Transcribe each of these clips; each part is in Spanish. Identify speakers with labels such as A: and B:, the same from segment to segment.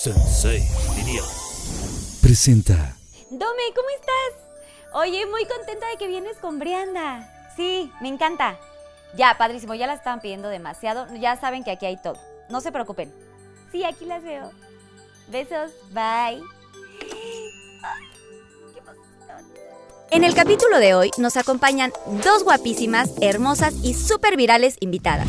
A: Sensei, diría. Presenta.
B: Dome, ¿cómo estás? Oye, muy contenta de que vienes con Brianda. Sí, me encanta. Ya, padrísimo, ya las estaban pidiendo demasiado. Ya saben que aquí hay todo. No se preocupen. Sí, aquí las veo. Besos, bye.
C: En el capítulo de hoy nos acompañan dos guapísimas, hermosas y súper virales invitadas.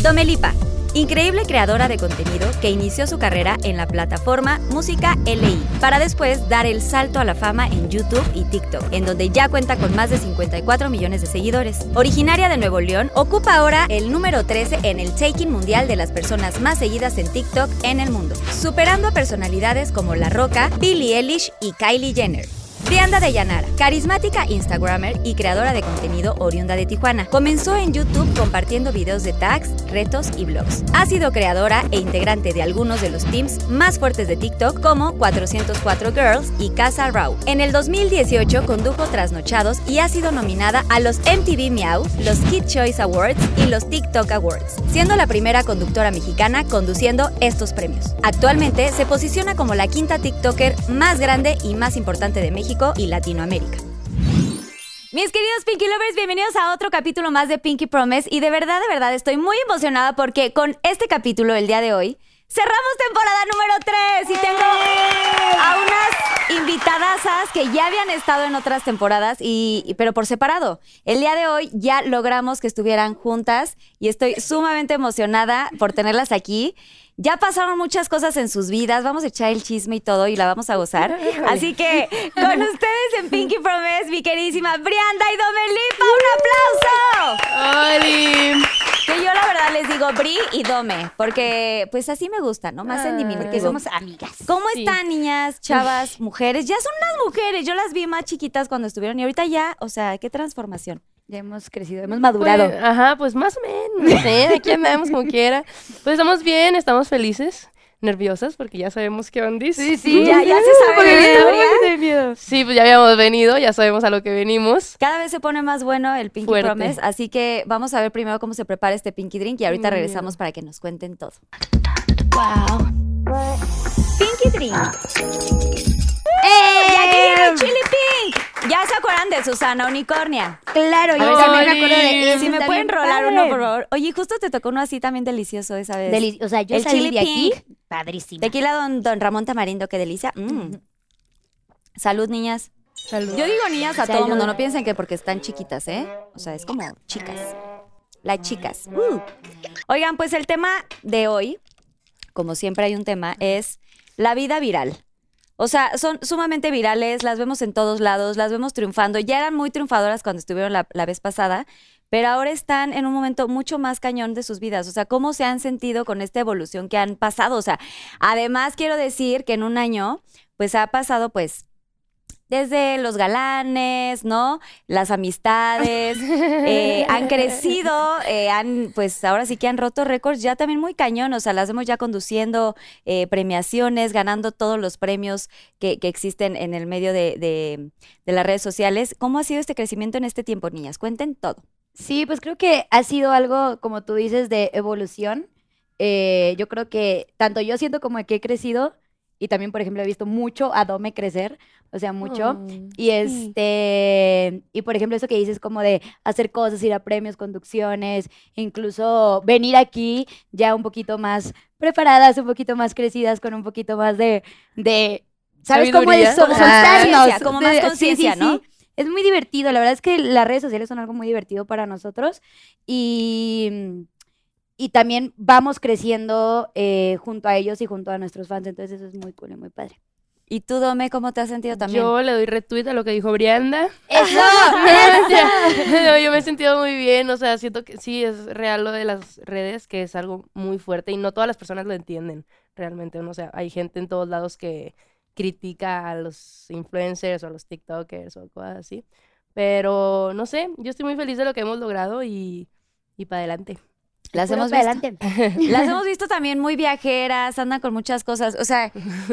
C: Domelipa, increíble creadora de contenido que inició su carrera en la plataforma Música LI, para después dar el salto a la fama en YouTube y TikTok, en donde ya cuenta con más de 54 millones de seguidores. Originaria de Nuevo León, ocupa ahora el número 13 en el Taking Mundial de las personas más seguidas en TikTok en el mundo, superando a personalidades como La Roca, Billie Eilish y Kylie Jenner. Brianda de Yanara, carismática Instagrammer y creadora de contenido oriunda de Tijuana. Comenzó en YouTube compartiendo videos de tags, retos y blogs. Ha sido creadora e integrante de algunos de los teams más fuertes de TikTok como 404 Girls y Casa Raw. En el 2018 condujo Trasnochados y ha sido nominada a los MTV Meow, los Kid Choice Awards y los TikTok Awards, siendo la primera conductora mexicana conduciendo estos premios. Actualmente se posiciona como la quinta TikToker más grande y más importante de México y Latinoamérica.
B: Mis queridos Pinky Lovers, bienvenidos a otro capítulo más de Pinky Promise y de verdad, de verdad estoy muy emocionada porque con este capítulo el día de hoy cerramos temporada número 3 y tengo a unas invitadasas que ya habían estado en otras temporadas y y- pero por separado. El día de hoy ya logramos que estuvieran juntas y estoy sumamente emocionada por tenerlas aquí. Ya pasaron muchas cosas en sus vidas, vamos a echar el chisme y todo y la vamos a gozar. Así que con ustedes en Pinky Promise, mi queridísima Brianda y Domelipa, un aplauso.
D: ¡Oli!
B: Que yo la verdad les digo Bri y Dome, porque pues así me gusta, ¿no? Más en diminutivo.
E: Porque somos amigas.
B: ¿Cómo
D: Ah, Sí.
B: están, niñas, chavas, mujeres? Ya son unas mujeres. Yo las vi más chiquitas cuando estuvieron y ahorita ya, o sea, qué transformación.
E: Ya hemos crecido, hemos madurado.
D: Pues, ajá, pues más o menos. no sé, aquí andamos como quiera. Pues estamos bien, estamos felices, nerviosas porque ya sabemos qué ondis. Sí,
B: sí, ya- ya se sabe la historia.
D: Sí, pues ya habíamos venido, ya sabemos a lo que venimos.
B: Cada vez se pone más bueno el Pinky
D: Fuerte.
B: Promise, así que vamos a ver primero cómo se prepara este Pinky Drink y ahorita regresamos para que nos cuenten todo. Pinky Drink. ¡Eh! ¡Ya
E: Em.
B: quiero Chili Pink! ¿Ya se acuerdan de Susana Unicornia?
E: Claro,
D: Ay,
E: yo Em, también me acuerdo
D: Oli.
E: de
B: Si
E: eso
B: me
E: está
B: pueden
E: bien
B: rolar
E: padre.
B: uno, por favor. Oye, justo te tocó uno así también delicioso esa vez.
E: Deli- o sea, yo
B: El
E: salí
B: chili
E: de aquí
B: pink.
E: padrísima.
B: Tequila don, don Ramón Tamarindo, qué delicia. Mm. Salud, niñas.
D: Salud.
B: Yo digo niñas a todo el
E: Salud.
B: mundo, no piensen que porque están chiquitas, ¿eh? O sea, es como chicas. Las chicas. Mm. Oigan, pues el tema de hoy, como siempre hay un tema, es la vida viral. O sea, son sumamente virales, las vemos en todos lados, las vemos triunfando. Ya eran muy triunfadoras cuando estuvieron la, la vez pasada, pero ahora están en un momento mucho más cañón de sus vidas. O sea, ¿cómo se han sentido con esta evolución que han pasado? O sea, además quiero decir que en un año, pues ha pasado, pues, desde los galanes, ¿no? Las amistades, eh, han crecido, eh, han, pues ahora sí que han roto récords ya también muy cañón, o sea, las vemos ya conduciendo eh, premiaciones, ganando todos los premios que, que existen en el medio de, de- de las redes sociales. ¿Cómo ha sido este crecimiento en este tiempo, niñas? Cuenten todo.
E: Sí, pues creo que ha sido algo, como tú dices, de evolución. Eh, yo creo que tanto yo siento como que he crecido y también, por ejemplo, he visto mucho a Dome crecer, o sea, mucho.
B: Oh.
D: Mm.
E: Y este, y por ejemplo, eso que dices como de hacer cosas, ir a premios, conducciones, incluso venir aquí ya un poquito más preparadas, un poquito más crecidas, con un poquito más de, de ¿sabes cómo
D: Sabiduría.
E: es? Sol-
B: Como
E: soltarnos,
B: conciencia, como más
E: Ah, de- sí, sí,
B: conciencia, ¿no?
E: Es muy divertido, la verdad es que las redes sociales son algo muy divertido para nosotros y, y también vamos creciendo eh, junto a ellos y junto a nuestros fans, entonces eso es muy cool y muy padre.
B: ¿Y tú, Dome, cómo te has sentido también?
D: Yo le doy retweet a lo que dijo Brianda.
E: ¡Eso!
D: No, yo me he sentido muy bien, o sea, siento que sí, es real lo de las redes, que es algo muy fuerte y no todas las personas lo entienden realmente, ¿no? O sea, hay gente en todos lados que critica a los influencers o a los TikTokers o cosas así, pero no sé, yo estoy muy feliz de lo que hemos logrado y, y para adelante.
B: Las hemos
E: Puro
B: visto.
E: para adelante.
B: Las hemos visto también muy viajeras, andan con muchas cosas. O sea,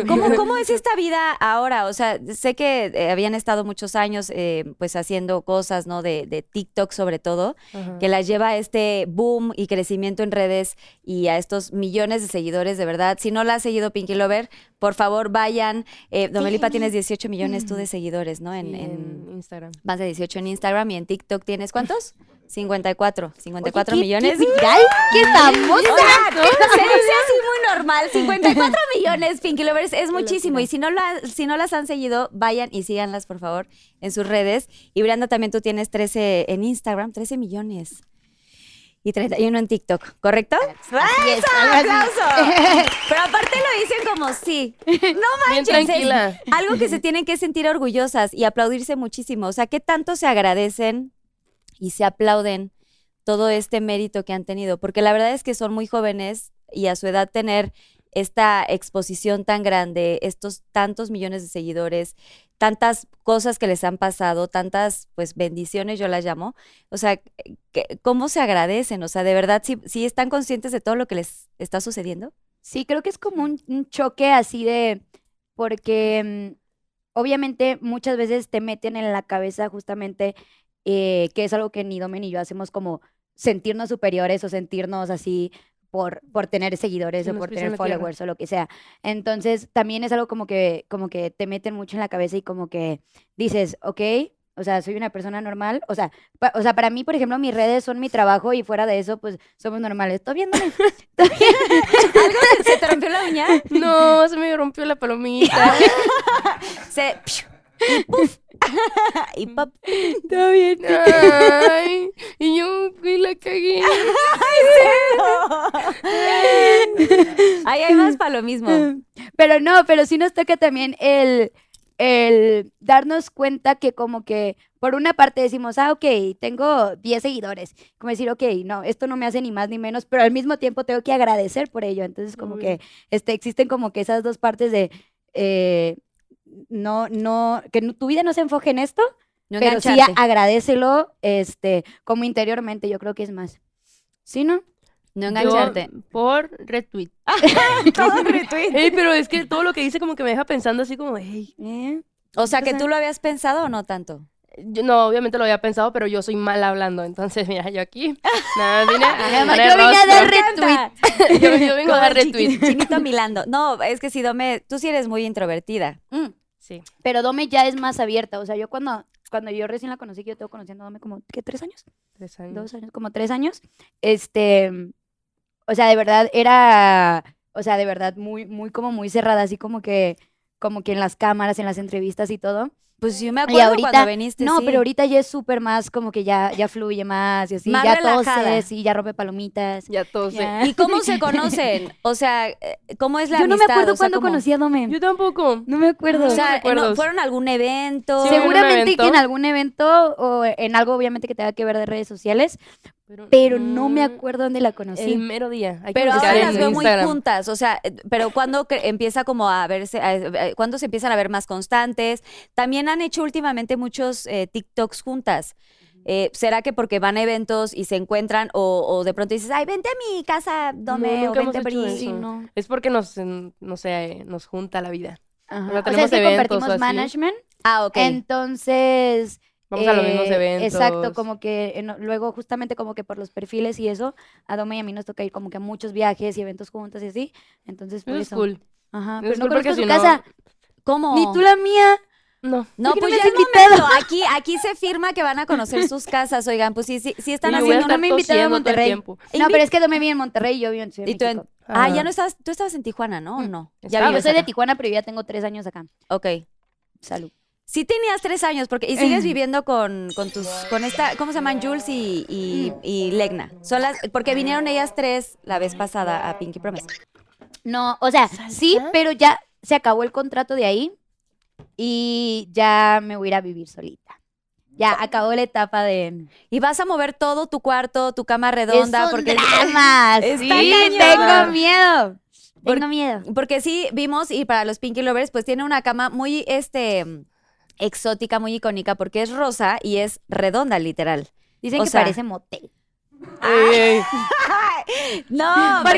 B: ¿cómo, cómo es esta vida ahora? O sea, sé que eh, habían estado muchos años eh, pues haciendo cosas, ¿no? De, de TikTok sobre todo,
D: Ajá.
B: que las lleva a este boom y crecimiento en redes y a estos millones de seguidores, de verdad. Si no la has seguido Pinky Lover, por favor vayan. Eh, Domelipa, tienes 18 millones tú de seguidores, ¿no? En-
D: Sí,
B: en,
D: en Instagram.
B: más de 18 en Instagram y en TikTok tienes cuántos? 54, 54
E: Oye, ¿qué-
B: millones.
E: qué- qué- ¡Ay, qué estamos!
B: Oigan, se dice así muy normal, 54 millones Pinky Lovers es muchísimo y si no la, si no las han seguido, vayan y síganlas por favor en sus redes. Y Brianda también tú tienes 13 en Instagram, 13 millones. Y 31 en TikTok, ¿correcto?
E: Así es, algo así.
B: ¡Aplauso! Pero aparte lo dicen como sí. No
D: Bien
B: manches. es
D: tranquila.
B: Algo que se tienen que sentir orgullosas y aplaudirse muchísimo. O sea, que tanto se agradecen y se aplauden todo este mérito que han tenido. Porque la verdad es que son muy jóvenes y a su edad tener esta exposición tan grande, estos tantos millones de seguidores, tantas cosas que les han pasado, tantas pues bendiciones yo las llamo, o sea, que- ¿cómo se agradecen? O sea, de verdad, si están conscientes de todo lo que les está sucediendo.
E: Sí, creo que es como un, un choque así de, porque mm, obviamente muchas veces te meten en la cabeza justamente eh, que es algo que ni Domen ni yo hacemos como sentirnos superiores o sentirnos así por, por tener seguidores
D: Sí,
E: o
D: nos
E: por
D: pisan
E: tener
D: la tierra.
E: followers o lo que sea. Entonces también es algo como que, como que te meten mucho en la cabeza y como que dices, ok, o sea, soy una persona normal, o sea, pa- o sea, para mí, por ejemplo, mis redes son mi trabajo y fuera de eso, pues somos normales. ¿Todo bien, Domen? ¿Todo bien?
B: ¿Se te rompió la uña?
D: No, se me rompió la palomita.
B: Se... y puf, y pop.
E: ¿Todo bien?
D: Ay, y yo güey, la cagué.
B: Ahí hay más para lo mismo.
E: Pero no, pero sí nos toca también el, el darnos cuenta que como que por una parte decimos, ah, ok, tengo 10 seguidores. Como decir, ok, no, esto no me hace ni más ni menos, pero al mismo tiempo tengo que agradecer por ello. Entonces como
D: Obvio.
E: que este, existen como que esas dos partes de... eh, no, no, que no- tu vida no se enfoque en esto,
B: No
E: pero sí ah,
B: engancharte.
E: agradecelo, este, como interiormente, yo creo que es más. ¿Sí, no?
B: No engancharte.
D: Yo, por retweet.
B: Todo retweet.
D: Ey, pero es que todo lo que dice como que me deja pensando así como, ey.
E: ¿Eh?
B: O sea, que tú lo habías pensado o no tanto.
D: Yo, no, obviamente lo había pensado, pero yo soy mal hablando. Entonces, mira, yo aquí. Nada, vine a
E: Además,
D: poner
E: yo vine a
D: rostro.
E: dar
B: Me encanta.
D: Yo, yo vengo
B: Como
D: a dar
B: chiqui-
D: retweet.
B: Chinito Milando. No, es que si Dome, tú sí eres muy introvertida.
E: Mm.
D: Sí.
E: Pero Dome ya es más abierta. O sea, yo cuando, cuando yo recién la conocí, que yo tengo conociendo a Dome como, ¿qué? ¿Tres años?
D: Tres años.
E: Dos años, como tres años. Este, o sea, de verdad era, o sea, de verdad muy, muy, como muy cerrada, así como que, como que en las cámaras, en las entrevistas y todo.
B: Pues yo me acuerdo
E: ahorita-
B: cuando viniste.
E: No,
B: sí.
E: pero ahorita ya es súper más, como que ya, ya fluye más y así,
B: Más
E: ya
B: relajada.
E: toses y ya rompe palomitas.
D: Ya todos.
E: Ya.
B: ¿Y cómo se conocen? O sea, eh, ¿cómo es la
E: yo no me
B: amistad?
E: acuerdo
B: O sea,
E: cuando
B: ¿cómo?
E: conocí a Dome.
D: Yo tampoco.
E: No me acuerdo.
B: O sea,
D: recuerdos.
B: ¿no? ¿fueron a algún evento?
D: Sí, hubo un
E: Seguramente que en
D: evento.
E: algún evento o en algo obviamente que tenga que ver de redes sociales, pero no me
D: mm,
E: acuerdo dónde la
D: El
E: conocí.
D: mero día. Hay que
B: Pero
D: buscar
B: ahora
D: en
B: las veo muy
D: Instagram.
B: juntas, o sea, eh, pero cuando empieza como a verse, a- a- cuando se empiezan a ver más constantes. También han hecho últimamente muchos eh, TikToks juntas. Eh, ¿Será que porque van a eventos y se encuentran o, o de pronto dices, ay, vente a mi casa, Dome,
D: nunca
B: o
D: hemos
B: vente a
D: hecho
B: Bri"?
D: eso. Sí,
E: no.
D: Es porque nos, en- no sé, eh, nos junta la vida.
E: Ajá.
D: sea,
E: O sea,
D: tenemos
E: es que
D: eventos o
E: compartimos
D: así.
E: management,
B: Ah, ok.
E: entonces...
D: Vamos a los mismos
E: eh,
D: eventos.
E: Exacto, como que eh, no- luego justamente como que por los perfiles y eso, a Dome y a mí nos toca ir como que a muchos viajes y eventos juntas y así, entonces por
D: Eso es
E: eso.
D: cool.
E: Ajá,
D: Eso
E: pero
D: es
E: no
D: cool porque
E: conozco su
D: si no-
E: casa,
B: ¿Cómo?
E: ni tú la mía.
D: No.
B: No,
E: ¿Por qué
B: pues
E: no
B: ya
E: me
B: es
E: has
B: momento. Aquí, aquí se firma que van a conocer sus casas. Oigan, pues sí, sí, sí están
D: Y
E: Yo
D: voy a
B: haciendo
E: no
D: estar
E: me invitaron a
D: tosiendo todo el
E: Monterrey. E
D: tiempo.
E: No, pero es que Dome vive en Monterrey y yo vivo en Ciudad de
B: Y tú en-
E: México.
B: Ah, ya
D: Ah.
B: no estabas, tú estabas en Tijuana, ¿no? ¿O no? Ya
E: Ah,
D: Estaba,
E: yo
B: vives
E: soy de
B: acá.
E: Tijuana, pero yo ya tengo tres años acá.
B: Ok.
E: Salud.
B: Sí tenías tres años, porque y sigues viviendo con, con tus, con esta, ¿cómo se llaman? Jules y, y, y Legna. Son las, porque vinieron ellas tres la vez pasada a Pinky Promise.
E: No, o sea, sí, pero ya se acabó el contrato de ahí y ya me voy a ir a vivir solita. Ya acabó la etapa de
B: Y vas a mover todo tu cuarto, tu cama redonda,
E: Es un
B: porque
E: drama,
B: Está
E: sí,
B: cañón.
E: tengo miedo.
B: Por-
E: Tengo miedo.
B: porque sí vimos y para los Pinky lovers pues tiene una cama muy este exótica, muy icónica porque es rosa y es redonda literal.
E: Dicen
B: o
E: que
B: sea,
E: parece motel.
D: Ey, ey.
E: Ah.
B: No,
E: Porque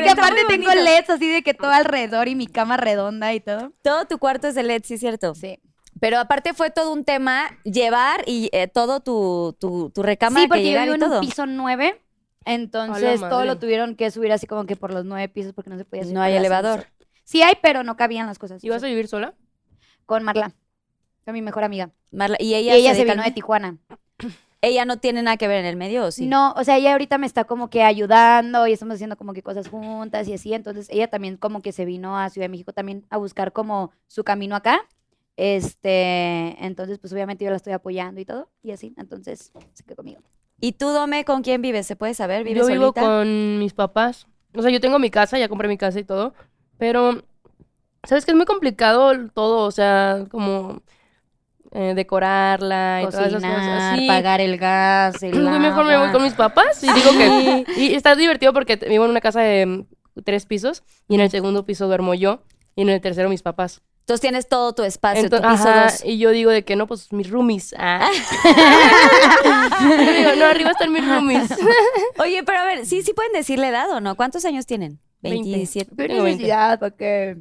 B: pero está
E: aparte
B: muy
E: tengo
B: bonito.
E: LEDs así de que todo alrededor y mi cama redonda y todo.
B: Todo tu cuarto es de LED, sí, es cierto.
E: Sí.
B: Pero aparte fue todo un tema llevar y eh, todo tu, tu, tu recámara
E: Sí, porque
B: que
E: yo
B: llegar
E: vivo
B: y
E: en
B: todo.
E: un piso 9. Entonces
D: Hola,
E: todo
D: madre.
E: lo tuvieron que subir así como que por los nueve pisos porque no se podía subir.
B: No
E: por
B: hay
E: el
B: elevador.
E: ascensor. Sí hay, pero no cabían las cosas.
D: ¿Y vas a vivir sola?
E: Con Marla, con mi mejor amiga.
B: Marla- y
E: Y
B: ella,
E: ella, se,
B: dedica al-
E: vino de Tijuana.
B: Ella no tiene nada que ver en el medio, ¿o sí?
E: No, o sea, ella ahorita me está como que ayudando y estamos haciendo como que cosas juntas y así. Entonces ella también como que se vino a Ciudad de México también a buscar como su camino acá. Este, entonces pues obviamente yo la estoy apoyando y todo y así. Entonces se quedó conmigo.
B: ¿Y tú, Dome, con quién vives? ¿Se puede saber? ¿Vives
D: Yo vivo
B: solita?
D: con mis papás. O sea, yo tengo mi casa, ya compré mi casa y todo. Pero, ¿sabes que Es muy complicado el todo, o sea, como eh, decorarla y todas esas cosas.
E: Cocinar,
D: Sí,
E: pagar el gas, el
D: Güey, mejor me voy
E: agua.
D: con mis papás y digo que... Y está divertido porque te- vivo en una casa de mm, tres pisos y en el segundo piso duermo yo y en el tercero mis papás.
B: Entonces tienes todo tu espacio,
D: Entonces,
B: tu piso
D: ajá,
B: dos.
D: y yo digo de que no, pues mis roomies. Ah.
B: Ah.
D: Yo digo, no, arriba están mis roomies.
B: Oye, pero a ver, sí, sí pueden decir la edad o no. ¿Cuántos años tienen?
D: Veinte.
B: 27.
D: Tengo
E: Qué
D: 20.
E: necesidad, porque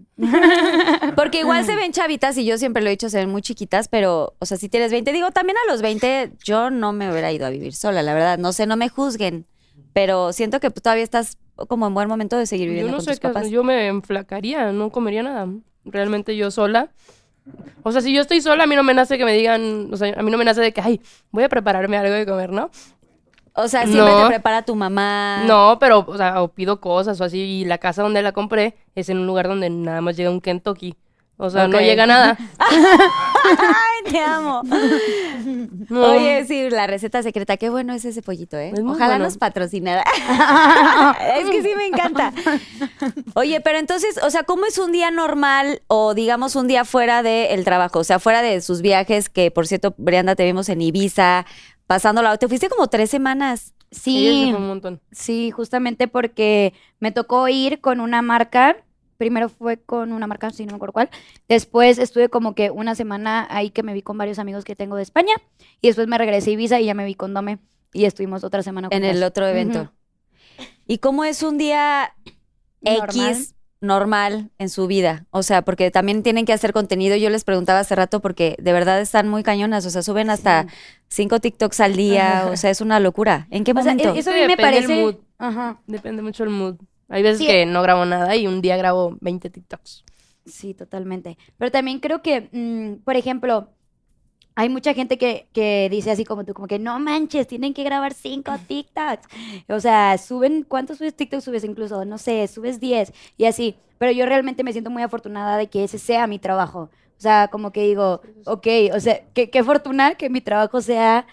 B: Porque igual
D: Mm.
B: se ven chavitas y yo siempre lo he dicho, se ven muy chiquitas, pero, o sea, si tienes 20, digo, también a los 20 yo no me hubiera ido a vivir sola, la verdad. No sé, no me juzguen, pero siento que todavía estás como en buen momento de seguir
D: Yo
B: viviendo
D: no
B: con
D: sé
B: tus
D: qué
B: papás.
D: hacer, yo me enflacaría, no comería nada. Realmente yo sola. O sea, si yo estoy sola, a mí no me nace que me digan, o sea, a mí no me nace de que, ay, voy a prepararme algo de comer, ¿no?
B: O sea, siempre
D: No.
B: te prepara tu mamá.
D: No, pero, o sea, o pido cosas o así, y la casa donde la compré es en un lugar donde nada más llega un Kentucky. O sea, no
B: Ok.
D: llega nada.
B: Ay, te amo.
D: No.
B: Oye, sí, la receta secreta, qué bueno es ese pollito, ¿eh?
D: Es muy
B: Ojalá
D: bueno.
B: nos patrocinara. es que sí me encanta. Oye, pero entonces, o sea, ¿cómo es un día normal o digamos un día fuera del trabajo? O sea, fuera de sus viajes, que por cierto, Brianda, te vimos en Ibiza, pasándola. Te fuiste como tres semanas.
D: Ella se
E: sí,
D: fue un montón.
E: sí, justamente porque me tocó ir con una marca. Primero fue con una marca, sí, no me acuerdo cuál. Después estuve como que una semana ahí que me vi con varios amigos que tengo de España. Y después me regresé a Ibiza y ya me vi con Dome. Y estuvimos otra semana
B: En el
E: juntas.
B: otro evento.
E: Ujú.
B: ¿Y cómo es un día X normal en su vida? O sea, porque también tienen que hacer contenido. Yo les preguntaba hace rato porque de verdad están muy cañonas. O sea, suben hasta cinco TikToks al día. O sea, es una locura. ¿En qué
E: O sea,
B: momento?
E: e- eso a
D: Sí,
E: mí me
D: depende el
E: parece...
D: mood.
E: Ajá.
D: Depende mucho el mood. Hay veces
E: Sí.
D: que no grabo nada y un día grabo 20 TikToks.
E: Sí, totalmente. Pero también creo que, mm, por ejemplo, hay mucha gente que, que dice así como tú, como que no manches, tienen que grabar cinco TikToks. O sea, suben, ¿cuántos subes TikToks subes incluso? No sé, subes 10 y así. Pero yo realmente me siento muy afortunada de que ese sea mi trabajo. O sea, como que digo, ok, o sea, qué, qué fortuna que mi trabajo sea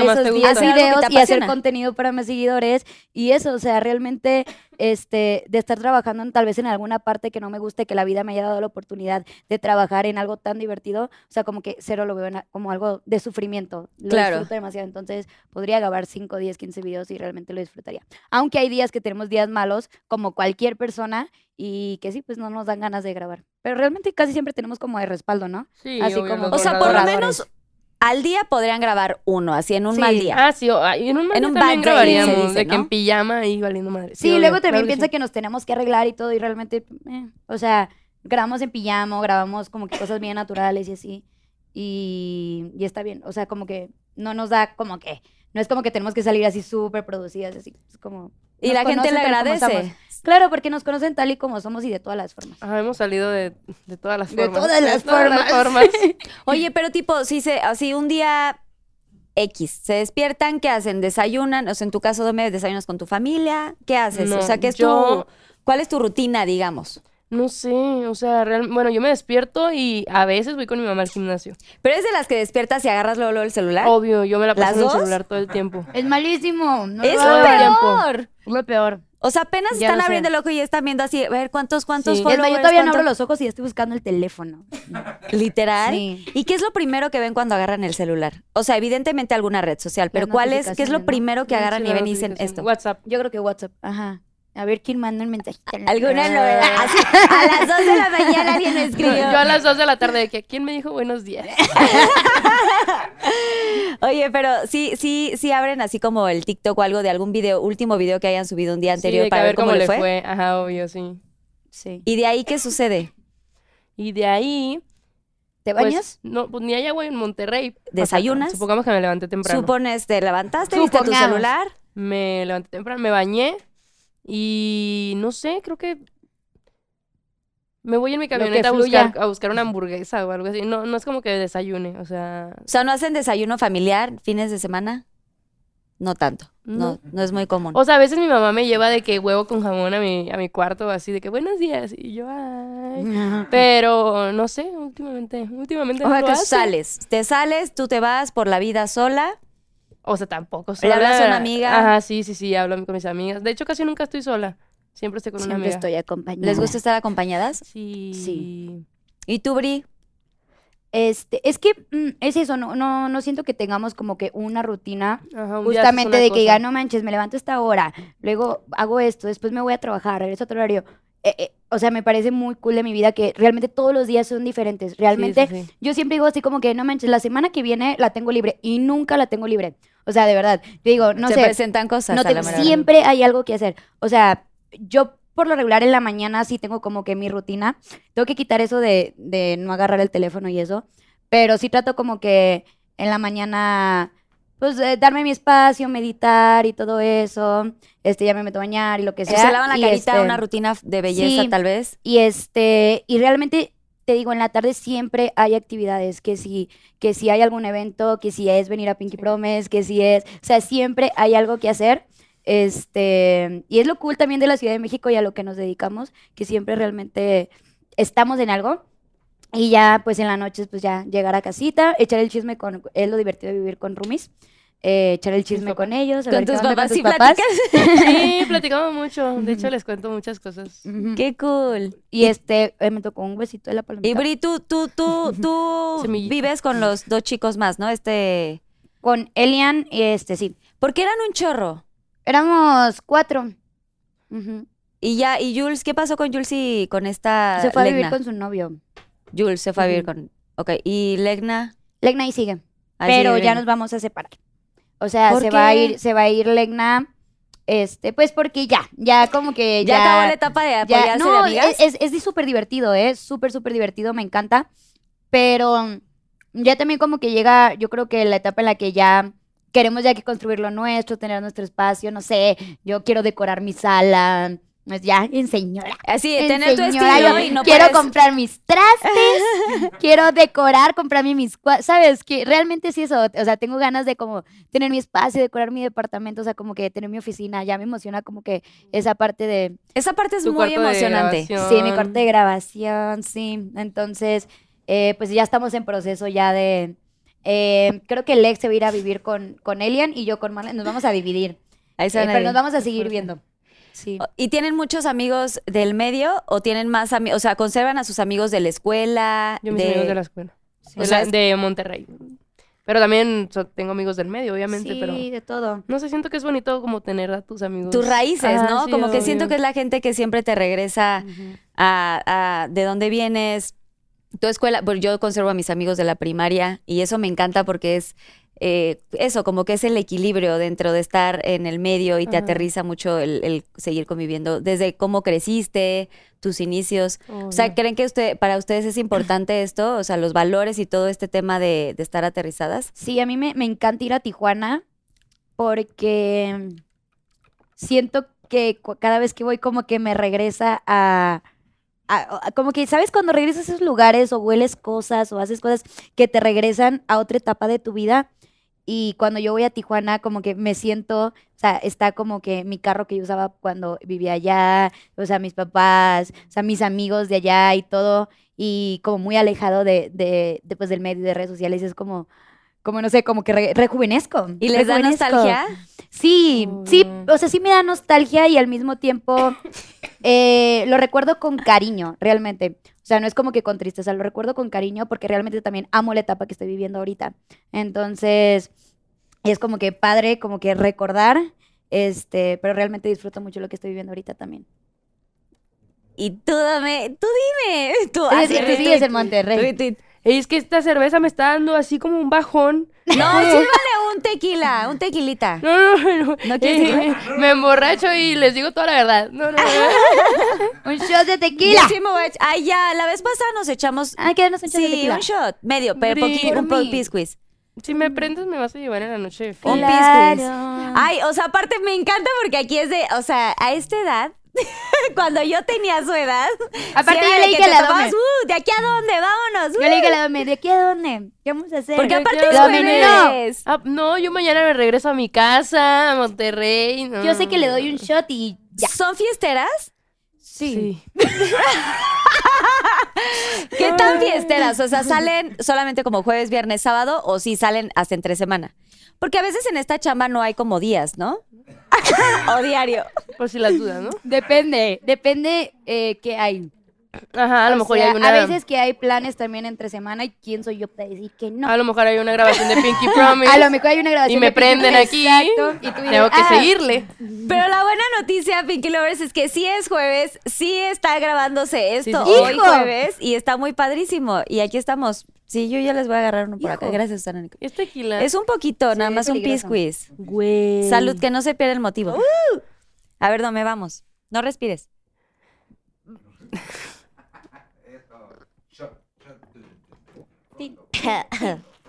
D: Lo que más te
E: esos
D: gusta.
E: 10
B: Hacer algo que te
E: videos y hacer
B: apasiona.
E: contenido para mis seguidores. Y eso, o sea, realmente este, de estar trabajando en- tal vez en alguna parte que no me guste, que la vida me haya dado la oportunidad de trabajar en algo tan divertido, o sea, como que cero lo veo en a- como algo de sufrimiento. Lo
B: Claro.
E: disfruto demasiado, entonces podría grabar 5, 10, 15 videos y realmente lo disfrutaría. Aunque hay días que tenemos días malos, como cualquier persona, y que sí, pues no nos dan ganas de grabar. Pero realmente casi siempre tenemos como de respaldo, ¿no?
D: Sí,
E: Así como-
D: los
B: O sea, por lo
D: borradores.
B: menos al día podrían grabar uno, así en un
E: Sí.
B: mal día.
D: Ah, sí, o- ah, y en un,
B: En
D: en
B: un
D: también
B: bad day,
D: grabaríamos,
B: se dice,
D: de que
B: ¿no?
D: en pijama y valiendo madre.
E: Sí,
D: obvio,
E: luego también
D: claro
E: piensa
D: sí.
E: que nos tenemos que arreglar y todo, y realmente, eh, o sea, grabamos en pijama, grabamos como que cosas bien naturales y así, y, y está bien, o sea, como que no nos da como que, no es como que tenemos que salir así súper producidas, así, es como...
B: y
E: nos
B: la gente
E: conocen
B: le
E: tal como
B: agradece.
E: estamos. Claro, porque nos conocen tal y como somos y de todas las formas.
D: Ajá, hemos salido de, de todas las
E: De
D: formas.
E: todas las formas.
D: formas.
B: Oye, pero tipo, si se, así un día X, se despiertan, ¿qué hacen? ¿Desayunan? O sea, en tu caso, Dome, ¿desayunas con tu familia? ¿Qué haces?
D: No,
B: o sea, ¿qué es
D: yo-
B: tu, ¿cuál es tu rutina, digamos?
D: No sé, o sea, real- bueno, yo me despierto y a veces voy con mi mamá al gimnasio.
B: ¿Pero es de las que despiertas y agarras luego, luego el celular?
D: Obvio, yo me la
B: ¿Las
D: paso en el
B: dos?
D: celular todo el tiempo.
E: Es malísimo. no
B: ¡Es
E: lo
B: lo
D: todo el
E: hagan.
B: peor!
D: Es lo peor.
B: O sea, apenas
D: Ya
B: están
D: lo sé.
B: abriendo el ojo y ya están viendo así, a ver, ¿cuántos, cuántos
D: Sí.
E: Es más,
B: followers?
E: yo todavía no
B: cuánto-
E: abro los ojos y estoy buscando el teléfono.
B: Literal.
E: Sí.
B: ¿Y qué es lo primero que ven cuando agarran el celular? O sea, evidentemente alguna red social, pero ¿cuál es? ¿Qué es lo
E: notificaciones, ¿no?
B: primero que
D: Sí,
B: agarran y
D: las
B: ven y dicen
D: notificaciones.
B: esto?
D: WhatsApp.
E: Yo creo que WhatsApp, ajá. A ver quién manda un mensajito. en la-
B: Alguna
E: Ah.
B: novedad. Así, a las 2 de la mañana.
E: nadie me escribió.
D: Yo a las 2 de la tarde de que, ¿quién me dijo buenos días?
B: Oye, pero sí, sí, sí abren así como el TikTok o algo de algún video, último video que hayan subido un día
D: Sí,
B: anterior
D: de que
B: para
D: a
B: ver cómo, le fue.
D: Ajá, obvio, sí.
E: Sí.
B: Y de ahí, ¿qué sucede?
D: Y de ahí...
E: ¿Te
D: pues,
E: bañas?
D: no, pues ni hay agua en Monterrey. O sea,
B: ¿Desayunas?
D: supongamos que me levanté temprano.
B: Supones, te levantaste, viste tu
E: Supongamos.
B: celular.
D: Me levanté temprano, me bañé y no sé, creo que me voy en mi
E: que
D: camioneta a
E: fluya.
D: buscar, a buscar una hamburguesa o algo así. No, no es como que desayune, o sea,
B: O sea, ¿no hacen desayuno familiar fines de semana? No tanto. No, no, es muy común.
D: o sea, a veces mi mamá me lleva de que huevo con jamón a mi, a mi cuarto, así de que buenos días, y yo, ay. Pero no sé, últimamente, últimamente
B: O
D: no
B: sea,
D: lo
B: que
D: hace.
B: sales, te sales, tú te vas por la vida sola.
D: O sea, tampoco sola.
B: ¿Le hablas a una amiga?
D: Ajá, sí, sí, sí, hablo con mis amigas. De hecho, casi nunca estoy sola. Siempre estoy con una
E: Siempre
D: amiga.
E: estoy acompañada.
B: ¿Les gusta estar acompañadas?
D: Sí.
E: Sí.
B: ¿Y tú, Bri?
E: Este, es que mm, es eso, no, no, no siento que tengamos como que una rutina
D: Ajá, un día haces
E: justamente
D: una
E: de que
D: cosa.
E: diga, no manches, me levanto a esta hora, luego hago esto, después me voy a trabajar, regreso a otro horario. Eh, eh, o sea, me parece muy cool de mi vida que realmente todos los días son diferentes.
D: Sí, sí,
E: Realmente
D: sí.
E: yo siempre digo así como que, no manches, la semana que viene la tengo libre y nunca la tengo libre. O sea, de verdad, yo digo, no
B: Se
E: sé,
B: presentan cosas
E: no
B: a
E: te-
B: la mera hora.
E: siempre hay algo que hacer. O sea, yo por lo regular en la mañana sí tengo como que mi rutina. Tengo que quitar eso de, de no agarrar el teléfono y eso. Pero sí trato como que en la mañana, pues eh, darme mi espacio, meditar y todo eso. Este, ya me meto a bañar y lo que sea.
B: se lavan la
E: y
B: carita,
E: este,
B: una rutina de belleza
E: sí.
B: tal vez.
E: y este, y realmente te digo, en la tarde siempre hay actividades, que si, que si hay algún evento, que si es venir a Pinky Promise, que si es, o sea, siempre hay algo que hacer. Este, y es lo cool también de la Ciudad de México y a lo que nos dedicamos, que siempre realmente estamos en algo. Y ya, pues en la noche, pues ya llegar a casita, echar el chisme con, es lo divertido de vivir con roomies, eh, echar el chisme
D: papás.
E: con ellos, a
B: Con
E: ver qué
B: tus
E: onda
B: papás sí platicas.
D: Sí, platicamos mucho. De hecho, les cuento muchas cosas.
E: Ujú.
B: Qué cool.
E: Y este, eh, me tocó un huesito de la palomita.
B: Y Bri, tú, tú, tú, tú
D: Semillita.
B: vives con los dos chicos más, ¿no? Este.
E: Con Elian, y este, sí.
B: Porque eran un chorro.
E: Éramos cuatro. Ujú.
B: Y ya, y Jules, ¿qué pasó con Jules y con esta
E: Se fue a vivir
B: Legna?
E: con su novio.
B: Jules se fue a vivir
E: Ujú.
B: con. Ok, y Legna.
E: Legna ahí sigue.
B: Ahí
E: pero
B: sigue
E: ya
B: viviendo.
E: nos vamos a separar. O sea,
B: ¿Por
E: se va a
B: qué?
E: ir, se va a ir Legna, este, pues porque ya, ya como que
B: Ya,
E: ya.
B: acabó la etapa de
E: ya-
B: apoyarse de
E: no,
B: amigas.
E: es, es, es súper divertido, ¿eh? Súper, súper divertido, me encanta. Pero ya también como que llega, yo creo que la etapa en la que ya queremos ya que construir lo nuestro, tener nuestro espacio, no sé, yo quiero decorar mi sala, pues ya, en señora.
B: Así,
E: En
B: tener tu
E: señora,
B: estilo
E: yo
B: y no
E: quiero
B: puedes-
E: comprar mis trastes, quiero decorar, comprarme mis cua- sabes que realmente sí eso, o sea, tengo ganas de como tener mi espacio, decorar mi departamento, o sea, como que tener mi oficina, ya me emociona como que esa parte de
B: Esa parte es
D: Tu
B: muy
D: cuarto de
B: emocionante.
D: grabación.
E: sí, mi corte de grabación, sí. Entonces, eh, pues ya estamos en proceso ya de eh, creo que Lex se va a ir a vivir con con Elian y yo con Marlene, nos vamos a dividir,
B: Ahí se
E: eh,
B: van a
E: pero
B: ir.
E: nos vamos a seguir viendo. Sí.
B: ¿Y tienen muchos amigos del medio o tienen más amigos? O sea, ¿conservan a sus amigos de la escuela?
D: Yo mis amigos de la escuela.
B: O
D: De,
B: sea,
D: la-
B: es-
D: de Monterrey. Pero también so- tengo amigos del medio, obviamente, pero...
E: Sí, de todo.
D: No sé, siento que es bonito como tener a tus amigos.
B: tus raíces,
E: Ah,
D: Ajá,
B: ¿no?
D: sí,
B: Como que siento que
D: obvio.
B: es la gente que siempre te regresa a, a de dónde vienes, tu escuela. Pues yo conservo a mis amigos de la primaria y eso me encanta porque es eh, eso, como que es el equilibrio dentro de estar en el medio y te
D: Ajá.
B: aterriza mucho el, el seguir conviviendo desde cómo creciste, tus inicios. O
D: Obvio.
B: sea, ¿creen que usted, para ustedes es importante esto? O sea, los valores y todo este tema de, de estar aterrizadas.
E: Sí, a mí me, me encanta ir a Tijuana porque siento que cu- cada vez que voy como que me regresa a, a- a- Como que, ¿sabes? Cuando regresas a esos lugares o hueles cosas o haces cosas que te regresan a otra etapa de tu vida. Y cuando yo voy a Tijuana, como que me siento, o sea, está como que mi carro que yo usaba cuando vivía allá, o sea, mis papás, o sea, mis amigos de allá y todo, y como muy alejado de, de, de, pues, del medio de redes sociales, es como, como no sé, como que re- rejuvenezco.
B: ¿Y les da
E: rejuvenezco.
B: nostalgia?
E: Sí, sí,
B: Mm.
D: Obvio.
E: o sea, sí me da nostalgia y al mismo tiempo eh, lo recuerdo con cariño, realmente. O sea, no es como que con tristeza, lo recuerdo con cariño porque realmente también amo la etapa que estoy viviendo ahorita. Entonces, es como que padre, como que recordar, este, pero realmente disfruto mucho lo que estoy viviendo ahorita también.
B: Y tú dame, tú dime. Tú,
E: Es
B: así,
E: que tú
B: tuit,
E: sigues en
B: tuit,
E: Monterrey.
B: tuit.
D: Ey, es que esta cerveza me está dando así como un bajón.
B: No, sírvale un tequila, un tequilita.
D: No, no, no.
B: ¿No quieres
D: Ey, me emborracho y les digo toda la verdad. No, no, no.
E: Un shot de tequila.
B: Yo sí me voy a ech- Ay, ya, la vez pasada nos echamos.
E: Ah, quédanos un shot de
B: Sí,
E: tequila.
B: un shot, medio, pero
D: Brin.
B: poquito, un
D: Por
B: po-
D: mí.
B: piscuis.
D: Si me prendes me vas a llevar en la noche de fiesta.
B: Un
E: Claro.
B: piscuis. Ay, o sea, aparte me encanta porque aquí es de, o sea, a esta edad, cuando yo tenía su edad,
E: Aparte
B: sí
E: yo
B: era
E: le
B: de
E: dije
B: que te
E: a la
B: topabas,
E: Dome.
B: "Uh, ¿de aquí a dónde? Vámonos. uh".
E: Yo le dije a la dame, ¿de aquí a dónde? ¿Qué vamos a hacer?
B: Porque
D: Yo
B: aparte
D: quiero
B: es
E: la
B: jueves.
E: menina.
D: Ah, no, yo mañana me regreso a mi casa, a Monterrey. no.
E: Yo sé que le doy un
B: Mm.
E: shot y ya.
B: ¿Son fiesteras?
D: Sí.
B: ¿Qué tan fiesteras? O sea, ¿salen solamente como jueves, viernes, sábado o sí salen hasta entre semana? Porque a veces en esta chamba no hay como días, ¿no? o diario.
D: Por si las dudas, ¿no?
E: Depende, depende eh, qué hay.
D: Ajá, a lo
E: O
D: mejor
E: sea,
D: hay una.
E: A veces que hay planes también entre semana y quién soy yo para decir que no.
D: A lo mejor hay una grabación de Pinky Promise.
E: A lo mejor hay una grabación.
D: Y me
E: de Pinky
D: prenden
E: Promise,
D: aquí.
E: Exacto. Y tú dices,
D: Tengo que
E: "Ah,
D: seguirle.
B: Pero la buena noticia, Pinky Lovers, es que sí es jueves, sí está grabándose esto
D: Sí,
E: sí, sí.
B: hoy
E: ¡Hijo!
B: jueves y está muy padrísimo. Y aquí estamos. Sí, yo ya les voy a agarrar uno por acá.
E: Hijo.
B: Gracias, Susana. Nicole.
D: Es tequila.
B: Es un poquito,
E: Sí,
B: nada
E: es
B: más un
E: peligroso. ¡Uh!
B: piscuis.
D: Güey.
B: Salud, que no se pierda el motivo. A ver, Dome, vamos. No respires.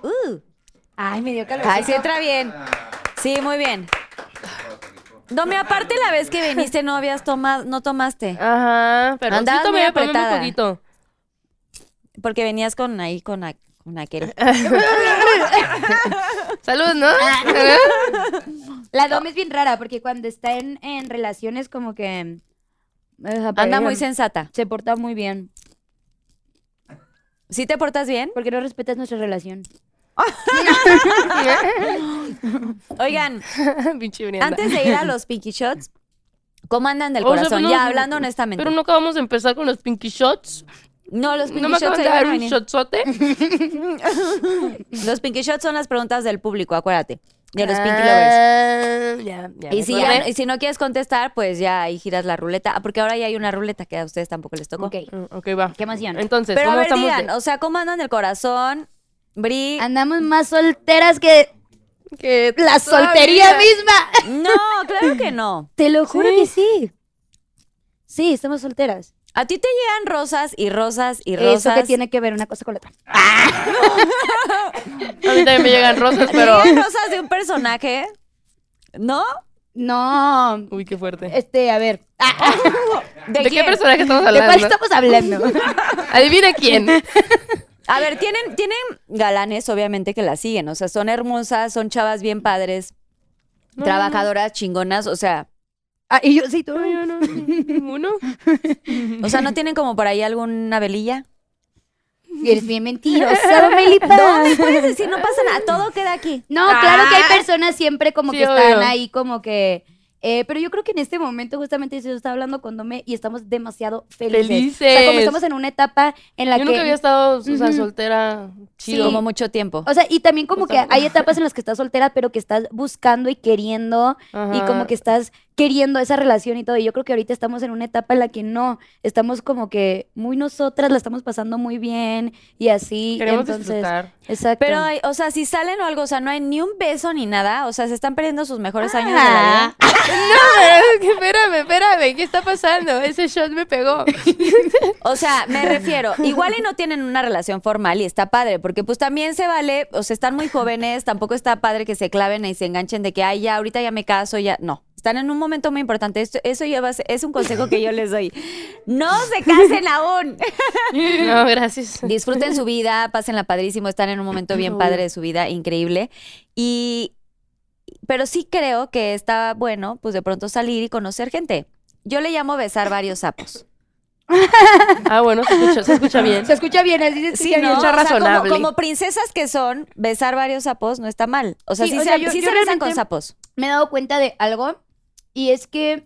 B: Uh.
E: Ay, me dio calor.
B: Ay, sí entra bien. Sí, muy bien. Dome, aparte la vez que viniste no habías tomado, no tomaste.
D: Ajá, pero sí
B: Andabas muy
D: tomé, tomé
B: apretada.
D: un poquito.
B: Porque venías con ahí, con, a- con aquel.
D: Salud, ¿no?
E: Ah, La Dom es bien rara porque cuando está en, en relaciones como que...
B: Anda muy sensata.
E: Se porta muy bien.
B: ¿Sí te portas bien?
E: Porque no respetas nuestra relación.
D: ¿Eh?
B: Oigan,
D: Pinche Brianda.
B: antes de ir a los Pinky Shots, ¿cómo andan del
D: O sea,
B: corazón?
D: pero no-
B: ya, hablando honestamente.
D: Pero no acabamos de empezar con los Pinky Shots.
B: No, los Pinky
D: ¿No me
B: Shots
D: acaban de
B: ahí
D: dar
B: van a
D: un
B: venir.
D: shotzote?
B: Los Pinky Shots son las preguntas del público, acuérdate. De los Pinky Lovers.
D: Ah, Ya, Ah, ya.
B: Y
D: me
B: si,
D: acordé.
B: ya- y si no quieres contestar, pues ya ahí giras la ruleta. Ah, Porque ahora ya hay una ruleta que a ustedes tampoco les tocó.
E: Ok.
D: Mm, Ok, va.
E: Qué emoción.
D: Entonces,
B: Pero a
D: ¿cómo
B: ver,
D: estamos?
B: digan,
D: de-
B: o sea, ¿cómo andan del corazón? Bri.
E: Andamos más solteras que
D: Que
E: la soltería
D: todavía-
E: misma.
B: No, claro que no.
E: Te lo juro que sí. Sí, estamos solteras.
B: A ti te llegan rosas y rosas y rosas.
E: Eso que tiene que ver una cosa con la otra.
D: A mí también me llegan rosas, pero.
B: Pero... rosas de un personaje, ¿no?
E: No.
D: Uy, qué fuerte.
E: Este, a ver. Ah,
B: ¿De,
D: ¿De qué
B: quién?
D: personaje estamos
E: ¿De cuál
D: hablando?
E: estamos hablando?
D: Adivina quién.
B: A ver, tienen, tienen galanes, obviamente, que la siguen. O sea, son hermosas, son chavas bien padres, Mm. trabajadoras, chingonas. O sea,
E: Ah, y yo, sí, tú.
D: No, yo no, ninguno.
B: o sea, ¿no tienen como por ahí alguna velilla?
E: Eres bien mentirosa, Melipa.
B: ¿Dónde puedes decir? No pasa nada, todo queda aquí.
E: No, claro que hay personas siempre como
D: Ah. Sí,
E: que están
D: obvio.
E: ahí como que... eh, pero yo creo que en este momento justamente yo estaba hablando con Dome y estamos demasiado felices. O sea, como
D: Felices.
E: estamos en una etapa en la
D: Yo
E: que...
D: nunca había estado, o sea,
E: Ujú.
D: soltera chido.
B: Como mucho tiempo.
E: O sea, y también como
D: O
E: que
D: sea-
E: hay etapas en las que estás soltera, pero que estás buscando y queriendo y
D: Ajá.
E: como que estás queriendo esa relación y todo. Y yo creo que ahorita estamos en una etapa en la que no, estamos como que muy nosotras, la estamos pasando muy bien y así.
D: Queremos
E: entonces,
D: disfrutar.
E: Exacto.
B: Pero, hay- o sea, si salen o algo, o sea, no hay ni un beso ni nada. O sea, se están perdiendo sus mejores años de la Ah. vida.
D: No, pero es que espérame, espérame, ¿qué está pasando? Ese shot me pegó.
B: O sea, me refiero, igual y no tienen una relación formal y está padre, porque pues también se vale, o sea, están muy jóvenes, tampoco está padre que se claven y se enganchen de que, ay, ya, ahorita ya me caso, ya, no. Están en un momento muy importante. Esto- eso lleva a ser- es un consejo que yo les doy. No se casen aún.
D: No, gracias.
B: Disfruten su vida, pásenla padrísimo, están en un momento bien padre de su vida, increíble. Y pero sí creo que está bueno, pues de pronto salir y conocer gente. Yo le llamo besar varios sapos.
D: Ah, bueno, se escucha, se escucha bien.
E: Se escucha bien, así se escucha
B: Sí, ¿no?
E: bien.
D: mucha
B: O sea, como-
D: razonable.
B: como, princesas que son, besar varios sapos no está mal. O sea, sí,
E: Sí, o
B: se,
E: sea, yo-
B: sí
E: yo
B: se besan
E: realmente-
B: con sapos.
E: Me he dado cuenta de algo y es que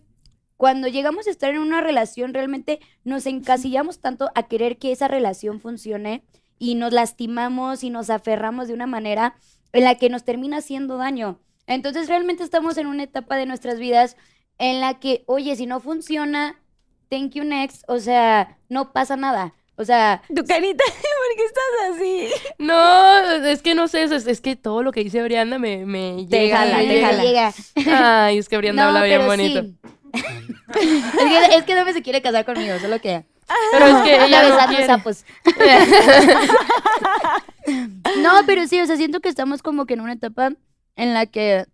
E: cuando llegamos a estar en una relación realmente nos encasillamos tanto a querer que esa relación funcione y nos lastimamos y nos aferramos de una manera en la que nos termina haciendo daño. Entonces realmente estamos en una etapa de nuestras vidas en la que, oye, si no funciona, thank you next, o sea, no pasa nada. O sea,
B: Tu carita, ¿por qué estás así?
D: No, es que no sé, es, es que todo lo que dice Brianda me, me
B: Te
D: llega.
B: jala,
D: me
B: te
D: llega.
B: jala.
E: llega.
D: Ay, es que Brianda habla bien bonito.
E: sí. es, que, es que no me se quiere casar conmigo, solo que
D: Pero es que
E: anda
D: ella no
E: besando
D: quiere.
E: sapos. no, pero sí, o sea, siento que estamos como que en una etapa en la que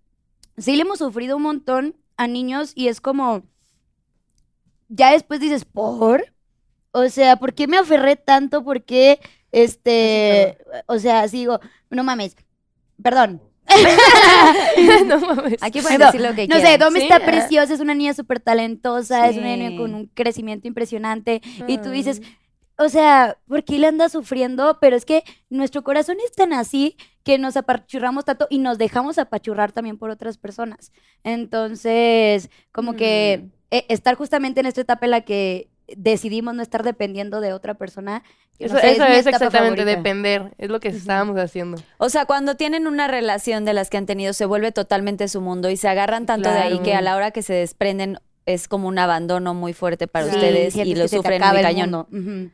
E: sí le hemos sufrido un montón a niños y es como, ya después dices, ¿por? O sea, ¿por qué me aferré tanto? ¿Por qué,
D: Pues
E: este, o sea, así digo, no mames, perdón.
D: no mames.
B: Aquí pueden
E: No,
B: decir lo que
E: No sé,
B: quieran.
E: Dom
D: Sí,
E: está
D: ah.
E: preciosa, es una niña súper talentosa, es una
B: Sí.
E: niña con un crecimiento impresionante. Y tú dices, o sea, ¿por qué le anda sufriendo? Pero es que nuestro corazón es tan así que nos apachurramos tanto y nos dejamos apachurrar también por otras personas. Entonces, como que eh, estar justamente en esta etapa en la que decidimos no estar dependiendo de otra persona. que no
D: Eso,
E: sé,
D: eso
E: mi
D: es,
E: etapa
D: exactamente
E: favorita.
D: depender. Es lo que estábamos haciendo.
B: O sea, cuando tienen una relación de las que han tenido, se vuelve totalmente su mundo y se agarran tanto de ahí
D: Claro.
B: que a la hora que se desprenden es como un abandono muy fuerte para
E: Sí,
B: ustedes y
E: sientes
B: lo
E: que se te
B: sufren
E: acaba
B: muy
E: el
B: cañón.
E: mundo. Ujú.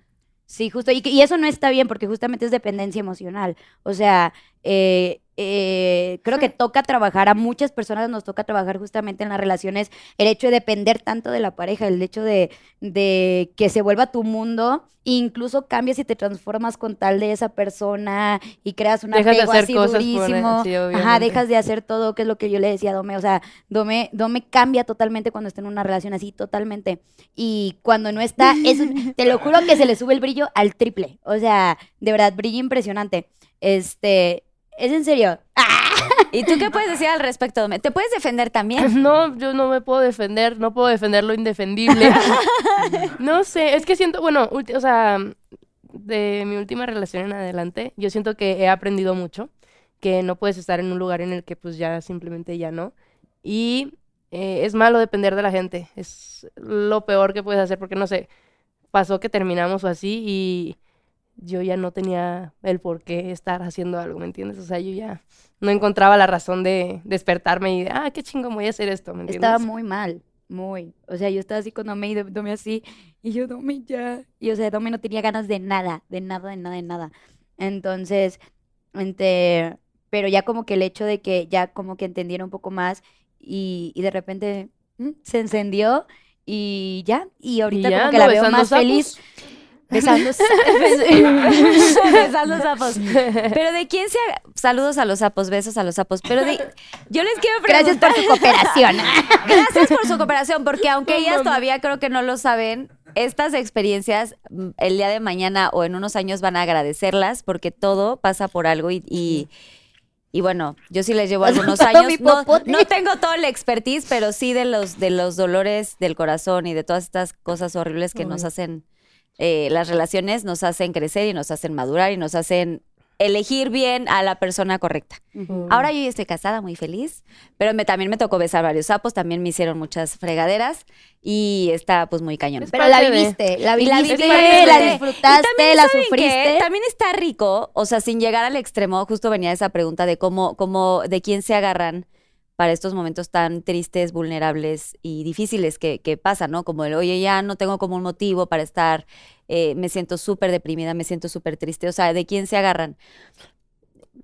E: Sí, justo. Y, que- y eso no está bien porque justamente es dependencia emocional. O sea, eh, eh, creo que toca trabajar, a muchas personas nos toca trabajar justamente en las relaciones, el hecho de depender tanto de la pareja, el hecho de, de que se vuelva tu mundo, e incluso cambias y te transformas con tal de esa persona y creas un
D: Dejas de
E: apego
D: hacer
E: así
D: cosas por- e-,
E: durísimo.
D: sí,
E: Ajá,
D: obviamente.
E: dejas de hacer todo, que es lo que yo le decía a Dome. O sea, Dome, Dome cambia totalmente cuando está en una relación así, totalmente. Y cuando no está, es un- te lo juro que se le sube el brillo al triple. O sea, de verdad, brillo impresionante. Este, es en serio.
B: ¿Y tú qué puedes decir al respecto? Dome? ¿Te puedes defender también?
D: No, yo no me puedo defender, no puedo defender lo indefendible. no sé, es que siento, bueno, ulti- o sea, de mi última relación en adelante, yo siento que he aprendido mucho, que no puedes estar en un lugar en el que pues ya simplemente ya no. Y eh, es malo depender de la gente, es lo peor que puedes hacer porque no sé, pasó que terminamos o así y yo ya no tenía el por qué estar haciendo algo, ¿me entiendes? O sea, yo ya no encontraba la razón de despertarme y de, ah, qué chingón voy a hacer esto, ¿me entiendes?
E: Estaba muy mal, muy. O sea, yo estaba así con Dome y Do- Dome así. Y yo, Dome ya. Y o sea, Dome no tenía ganas de nada, de nada, de nada, de nada. Entonces, ente- pero ya como que el hecho de que ya como que entendiera un poco más y, y de repente mm, se encendió y ya. Y
D: Y
E: ahorita
D: ya
E: como que
D: ando
E: la veo
D: besando
E: más
D: sapos.
E: feliz besando
B: Besar los sapos. Pero de quién se... ag- Saludos a los sapos, besos a los sapos. Pero de... Yo les quiero preguntar...
E: Gracias por su cooperación.
B: Gracias por su cooperación, porque aunque ellas todavía creo que no lo saben, estas experiencias mm, el día de mañana o en unos años van a agradecerlas porque todo pasa por algo y... y y bueno, yo sí les llevo
E: Has
B: algunos
E: notado
B: años.
E: mi
B: No,
E: popote.
B: no tengo todo el expertise, pero sí de los, de los dolores del corazón y de todas estas cosas horribles que nos hacen eh, las relaciones, nos hacen crecer y nos hacen madurar y nos hacen elegir bien a la persona correcta. Ahora yo ya estoy casada, muy feliz, pero me, también me tocó besar varios sapos, también me hicieron muchas fregaderas y está pues muy cañón.
D: Es
E: Pero la
D: parte de-
E: viviste, la
B: Y la
E: viviste,
B: viví,
E: la
B: y
E: disfrutaste,
B: también,
E: la
B: ¿saben qué?
E: sufriste.
B: También está rico, o sea, sin llegar al extremo, justo venía esa pregunta de cómo, cómo, de quién se agarran para estos momentos tan tristes, vulnerables y difíciles que, que pasan, ¿no? Como el, oye, ya no tengo como un motivo para estar, eh, me siento súper deprimida, me siento súper triste, o sea, ¿de quién se agarran?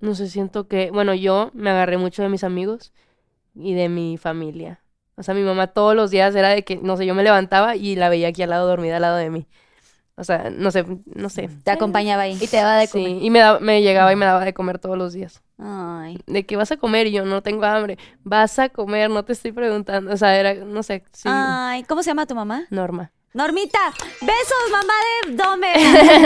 D: No sé, siento que, bueno, yo me agarré mucho de mis amigos y de mi familia. O sea, mi mamá todos los días era de que, no sé, yo me levantaba y la veía aquí al lado, dormida al lado de mí. O sea, no sé, no sé.
B: Te acompañaba ahí.
E: Y te va de
D: Sí,
E: comer.
D: y me, daba- me llegaba
B: Mm.
D: y me daba de comer todos los días.
B: Ay.
D: De que vas a comer y yo no tengo hambre. Vas a comer, no te estoy preguntando. O sea, era, no sé, sí,
B: Ay, ¿cómo se llama tu mamá?
D: Norma.
B: Normita, besos, mamá de Dome.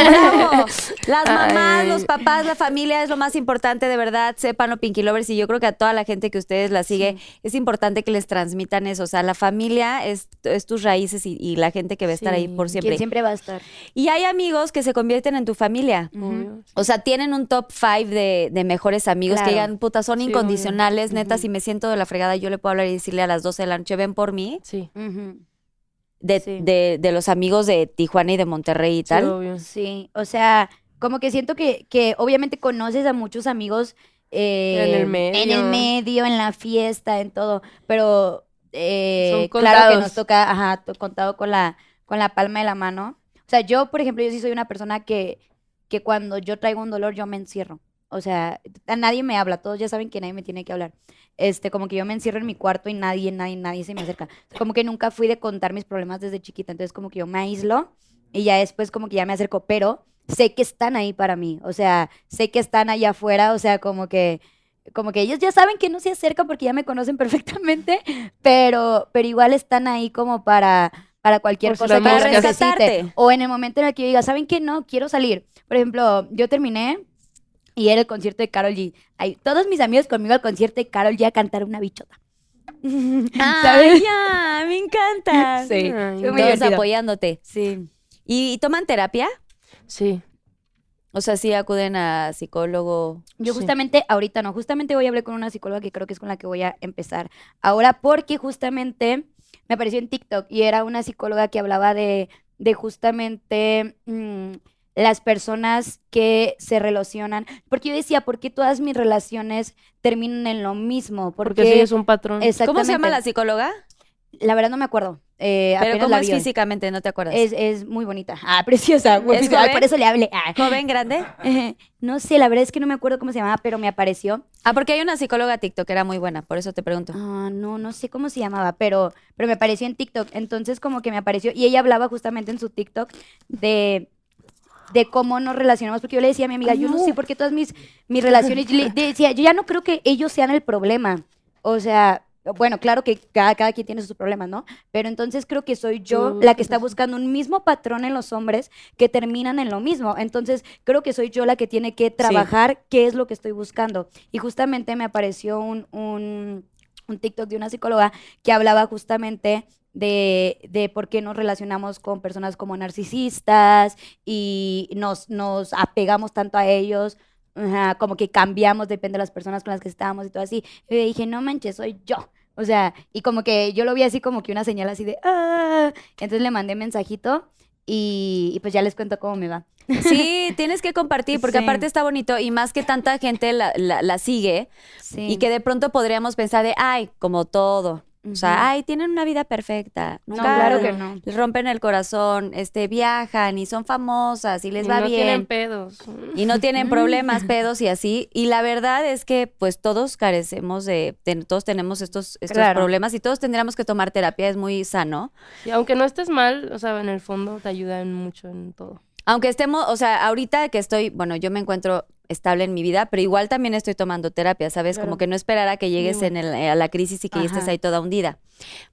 B: Bravo. Las mamás,
D: Ay.
B: los papás, la familia es lo más importante, de verdad. Sépanlo, Pinky Lovers. Y yo creo que a toda la gente que ustedes la sigue, es importante que les transmitan eso. O sea, la familia es, es tus raíces y, y la gente que va a estar ahí
D: Sí.
B: por
D: Que
B: siempre.
E: Que siempre va a estar.
B: Y hay amigos que se convierten en tu familia.
D: Obvio.
B: O sea, tienen un top five de, de mejores amigos que
E: Claro.
B: digan, puta, son
D: Sí, obvio.
B: incondicionales, neta,
E: Ujú.
B: si me siento de la fregada, yo le puedo hablar y decirle a las 12 de la noche, ven por mí.
D: Sí,
E: Ujú.
B: De,
E: Sí.
B: de- de los amigos de Tijuana y de Monterrey y
D: sí,
B: tal.
D: obvio.
E: Sí, o sea, como que siento que, que obviamente conoces a muchos amigos eh,
D: En el
E: en el
D: medio.
E: medio, en la fiesta, en todo, pero eh,
D: Son
E: claro que nos
D: contados.
E: toca, ajá, to- contado con la con la palma de la mano. O sea, yo, por ejemplo, yo sí soy una persona que, que cuando yo traigo un dolor, yo me encierro. O sea, a nadie me habla, todos ya saben que nadie me tiene que hablar. Este, como que yo me encierro en mi cuarto y nadie, nadie, nadie se me acerca. Como que nunca fui de contar mis problemas desde chiquita, entonces como que yo me aíslo y ya después como que ya me acerco, pero sé que están ahí para mí, o sea, sé que están allá afuera, o sea, como que como que ellos ya saben que no se acerca porque ya me conocen perfectamente, pero pero igual están ahí como para para cualquier
B: Por si
E: cosa
B: lo
E: que yo
B: necesitas.
E: necesite
B: Rescatarte.
E: o en el momento en el que yo diga, ¿saben qué? No, quiero salir. Por ejemplo, yo terminé y era el concierto de Carol G. Ahí, todos mis amigos conmigo al concierto de Carol G a cantar una bichota.
B: Ay, Ah,
E: ¿Sabes?
B: ya, me encanta.
E: Sí.
D: Ay,
E: Fue muy
B: Todos
E: divertido.
B: apoyándote.
E: Sí.
B: ¿Y, y toman terapia?
D: Sí.
B: O sea, sí acuden a psicólogo.
E: Yo
D: Sí.
E: justamente, ahorita no, justamente hoy hablé con una psicóloga que creo que es con la que voy a empezar ahora porque justamente me apareció en TikTok y era una psicóloga que hablaba de, de justamente mm, las personas que se relacionan. Porque yo decía, ¿por qué todas mis relaciones terminan en lo mismo? ¿Por
D: Porque
E: qué?
D: sigues un patrón.
B: ¿Cómo se llama la
E: Exactamente.
B: psicóloga?
E: La verdad no me acuerdo. eh,
B: Pero
E: apenas
B: ¿cómo
E: la
B: es
E: vi hoy.
B: físicamente? No te acuerdas.
E: Es, es muy bonita. Ah, preciosa. guapísima,
B: joven?
E: por eso le hablé. Ah.
B: ¿Joven, grande?
E: No sé, la verdad es que no me acuerdo cómo se llamaba, pero me apareció.
B: Ah, porque hay una psicóloga TikTok que era muy buena, por eso te pregunto.
E: Ah, no, no sé cómo se llamaba, pero, pero me apareció en TikTok. Entonces, como que me apareció. Y ella hablaba justamente en su TikTok de, de cómo nos relacionamos. Porque yo le decía a mi amiga, yo no sé por qué todas mis, mis relaciones. Yo le decía, yo ya no creo que ellos sean el problema. O sea. Bueno, claro que cada, cada quien tiene sus problemas, ¿no? Pero entonces creo que soy yo
D: Tú,
E: la que
D: tú,
E: está
D: tú.
E: buscando un mismo patrón en los hombres que terminan en lo mismo. Entonces creo que soy yo la que tiene que trabajar qué es lo que estoy buscando. Y justamente me apareció un, un, un TikTok de una psicóloga que hablaba justamente de, de por qué nos relacionamos con personas como narcisistas y nos, nos apegamos tanto a ellos, ajá, como que cambiamos, depende de las personas con las que estábamos y todo así. Y yo dije, no manches, soy yo. O sea, y como que yo lo vi así como que una señal así de, ah, entonces le mandé mensajito y, y pues ya les cuento cómo me va.
B: Sí, tienes que compartir, porque
E: Sí.
B: aparte está bonito y más que tanta gente la, la- la sigue
E: Sí.
B: y que de pronto podríamos pensar de, ay, como todo. O
E: Ujú.
B: sea, ay, tienen una vida perfecta.
E: no,
B: Nunca
E: claro que no.
B: les rompen el corazón, este, viajan y son famosas y les
D: Y
B: va
D: no
B: bien.
D: tienen pedos.
B: Y no tienen problemas, pedos y así. Y la verdad es que pues todos carecemos de, ten- todos tenemos estos, estos
E: Claro.
B: problemas y todos tendríamos que tomar terapia, es muy sano.
D: Y aunque no estés mal, o sea, en el fondo te ayudan mucho en todo.
B: Aunque estemos, o sea, ahorita que estoy, bueno, yo me encuentro estable en mi vida, pero igual también estoy tomando terapia, ¿sabes? Como
E: Claro.
B: que no esperar a que llegues en el- eh, a la crisis y que ya estés
E: Ajá.
B: ahí toda hundida.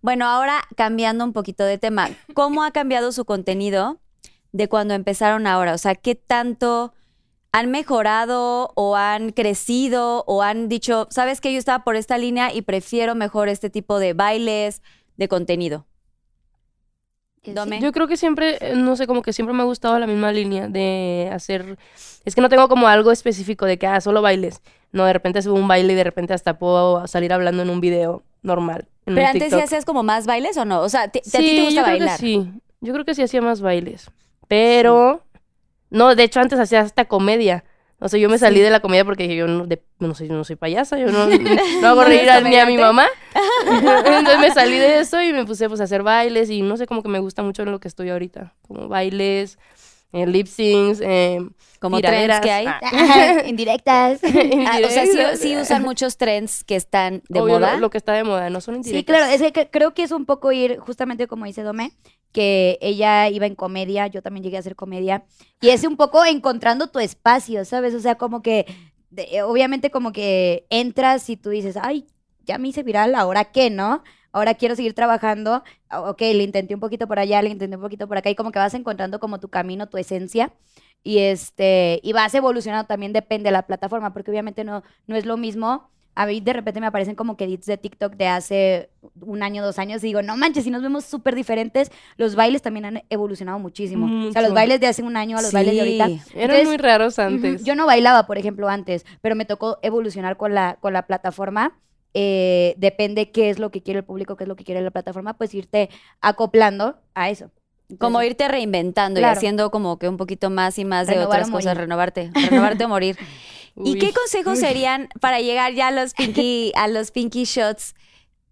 B: Bueno, ahora cambiando un poquito de tema, ¿cómo ha cambiado su contenido de cuando empezaron ahora? O sea, ¿qué tanto han mejorado o han crecido o han dicho, sabes que yo estaba por esta línea y prefiero mejor este tipo de bailes, de contenido? Dome.
D: Yo creo que siempre, eh, no sé, como que siempre me ha gustado la misma línea de hacer. Es que no tengo como algo específico de que, ah, solo bailes. No, de repente subo un baile y de repente hasta puedo salir hablando en un video normal. en
B: Pero
D: un
B: antes sí
D: TikTok.
B: hacías como más bailes o no? O sea, ¿ti- ¿a ti
D: Sí,
B: te
D: yo
B: gusta
D: creo que
B: bailar?
D: sí. Yo creo que sí hacía más bailes. Pero. No, de hecho, antes hacía hasta comedia. O sea, yo me salí de la comedia porque dije, yo no, de- no, soy, no soy payasa, yo no, no hago
B: ¿No eres
D: reír a- ni a mi
B: comediante?
D: mamá. Entonces me salí de eso y me puse pues, a hacer bailes y no sé, como que me gusta mucho lo que estoy ahorita. Como bailes, eh, lip syncs, eh,
B: como trends
D: tiraderas.
B: que hay.
D: Ah.
E: Indirectas.
B: Ah, o sea, sí,
D: indirectas.
B: sí usan muchos trends que están de
D: Obvio,
B: moda.
D: Lo, lo que está de moda, no son indirectas.
E: Sí, claro, es que cre- creo que es un poco ir, justamente como dice Dome, que ella iba en comedia, yo también llegué a hacer comedia, y es un poco encontrando tu espacio, ¿sabes? O sea, como que, de- obviamente como que entras y tú dices, ay, ya me hice viral, ¿ahora qué, no? Ahora quiero seguir trabajando, Ah, ok, le intenté un poquito por allá, le intenté un poquito por acá, y como que vas encontrando como tu camino, tu esencia, y este, y vas evolucionando también depende de la plataforma, porque obviamente no, no es lo mismo a mí de repente me aparecen como que edits de TikTok de hace un año, dos años, y digo, no manches, si nos vemos súper diferentes, los bailes también han evolucionado muchísimo. O sea, los
D: Mucho.
E: bailes de hace un año a los bailes de ahorita.
B: Sí.
D: Eran
E: Entonces,
D: muy raros
E: Ujú,
D: antes.
E: Yo no bailaba, por ejemplo, antes, pero me tocó evolucionar con la, con la plataforma. Eh, depende qué es lo que quiere el público, qué es lo que quiere la plataforma, pues irte acoplando a eso.
B: Como
E: Entonces,
B: irte reinventando
E: Claro.
B: y haciendo como que un poquito más y más de
E: Renovar
B: otras
E: o
B: cosas,
E: morir.
B: renovarte, renovarte o morir. ¿Y
D: Uy.
B: qué consejos serían para llegar ya a los pinky, a los pinky shots?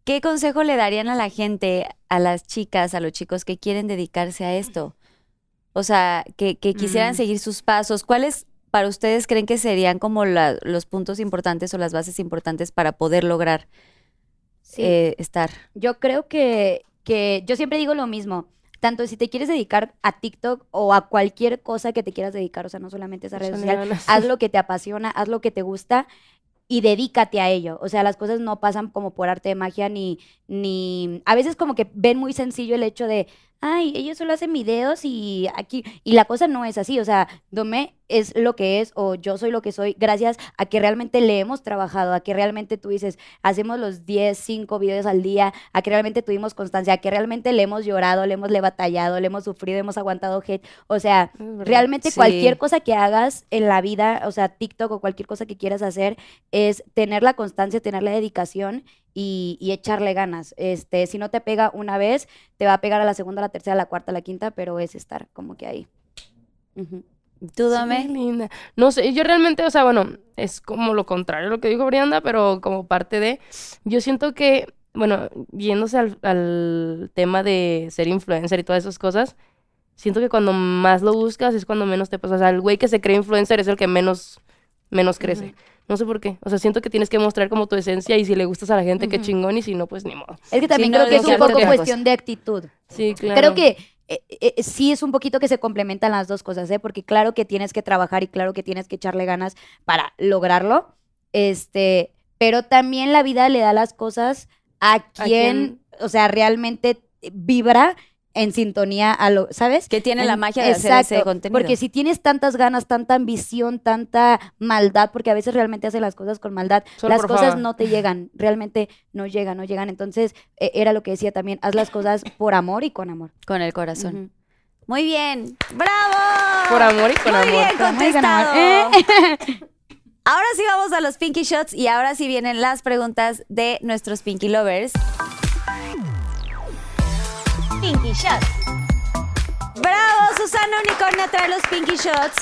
B: ¿Qué consejo le darían a la gente, a las chicas, a los chicos que quieren dedicarse a esto? O sea, que, que quisieran
D: Mm.
B: seguir sus pasos. ¿Cuáles para ustedes creen que serían como la- los puntos importantes o las bases importantes para poder lograr
E: Sí.
B: eh, estar?
E: Yo creo que, que yo siempre digo lo mismo. Tanto si te quieres dedicar a TikTok o a cualquier cosa que te quieras dedicar, o sea, no solamente a esa red
D: Son
E: social,
D: leonas.
E: haz lo que te apasiona, haz lo que te gusta y dedícate a ello. O sea, las cosas no pasan como por arte de magia ni, ni a veces como que ven muy sencillo el hecho de, ay, ellos solo hacen videos y aquí y la cosa no es así, o sea, Domé es lo que es o yo soy lo que soy gracias a que realmente le hemos trabajado, a que realmente tú dices, hacemos los 10, 5 videos al día, a que realmente tuvimos constancia, a que realmente le hemos llorado, le hemos le batallado, le hemos sufrido, hemos aguantado hate, o sea,
D: Es verdad.
E: Realmente
B: Sí.
E: cualquier cosa que hagas en la vida, o sea, TikTok o cualquier cosa que quieras hacer, es tener la constancia, tener la dedicación y, y echarle ganas. Este, si no te pega una vez, te va a pegar a la segunda, a la tercera, a la cuarta, a la quinta, pero es estar como que ahí. Ujú.
B: Tú
D: Sí,
B: dame.
D: linda. No sé, yo realmente, o sea, bueno, es como lo contrario a lo que dijo Brianda, pero como parte de, yo siento que, bueno, yéndose al, al tema de ser influencer y todas esas cosas, siento que cuando más lo buscas es cuando menos te pasa. O sea, el güey que se cree influencer es el que menos, menos crece. No sé por qué. O sea, siento que tienes que mostrar como tu esencia y si le gustas a la gente, qué
B: Ujú.
D: chingón, y si no, pues ni modo.
E: Es que también
B: no,
E: creo que es
B: dedicarte
E: un poco
B: a otra
E: cuestión de actitud.
D: Sí,
E: Creo
D: claro.
E: que eh, eh, sí es un poquito que se complementan las dos cosas, ¿eh? Porque claro que tienes que trabajar y claro que tienes que echarle ganas para lograrlo. Este, pero también la vida le da las cosas a
D: quien-
E: quien, o sea, realmente vibra en sintonía a lo, ¿sabes?
B: Que tiene la
E: En-
B: magia de hacer ese
E: Exacto,
B: contenido.
E: Porque si tienes tantas ganas, tanta ambición, tanta maldad, porque a veces realmente hacen las cosas con maldad,
D: Solo
E: las
D: por
E: cosas
D: fama.
E: no te llegan, realmente no llegan, no llegan. Entonces, eh, era lo que decía también, haz las cosas por amor y con amor.
B: Con el corazón.
E: Ujú.
B: Muy bien. ¡Bravo!
D: Por amor y con
B: Muy
D: amor.
B: bien
E: amor y con amor.
B: contestado. Ahora sí vamos a los Pinky Shots y ahora sí vienen las preguntas de nuestros Pinky Lovers. Pinky Shots. Bravo, Susana Unicornio trae los Pinky Shots.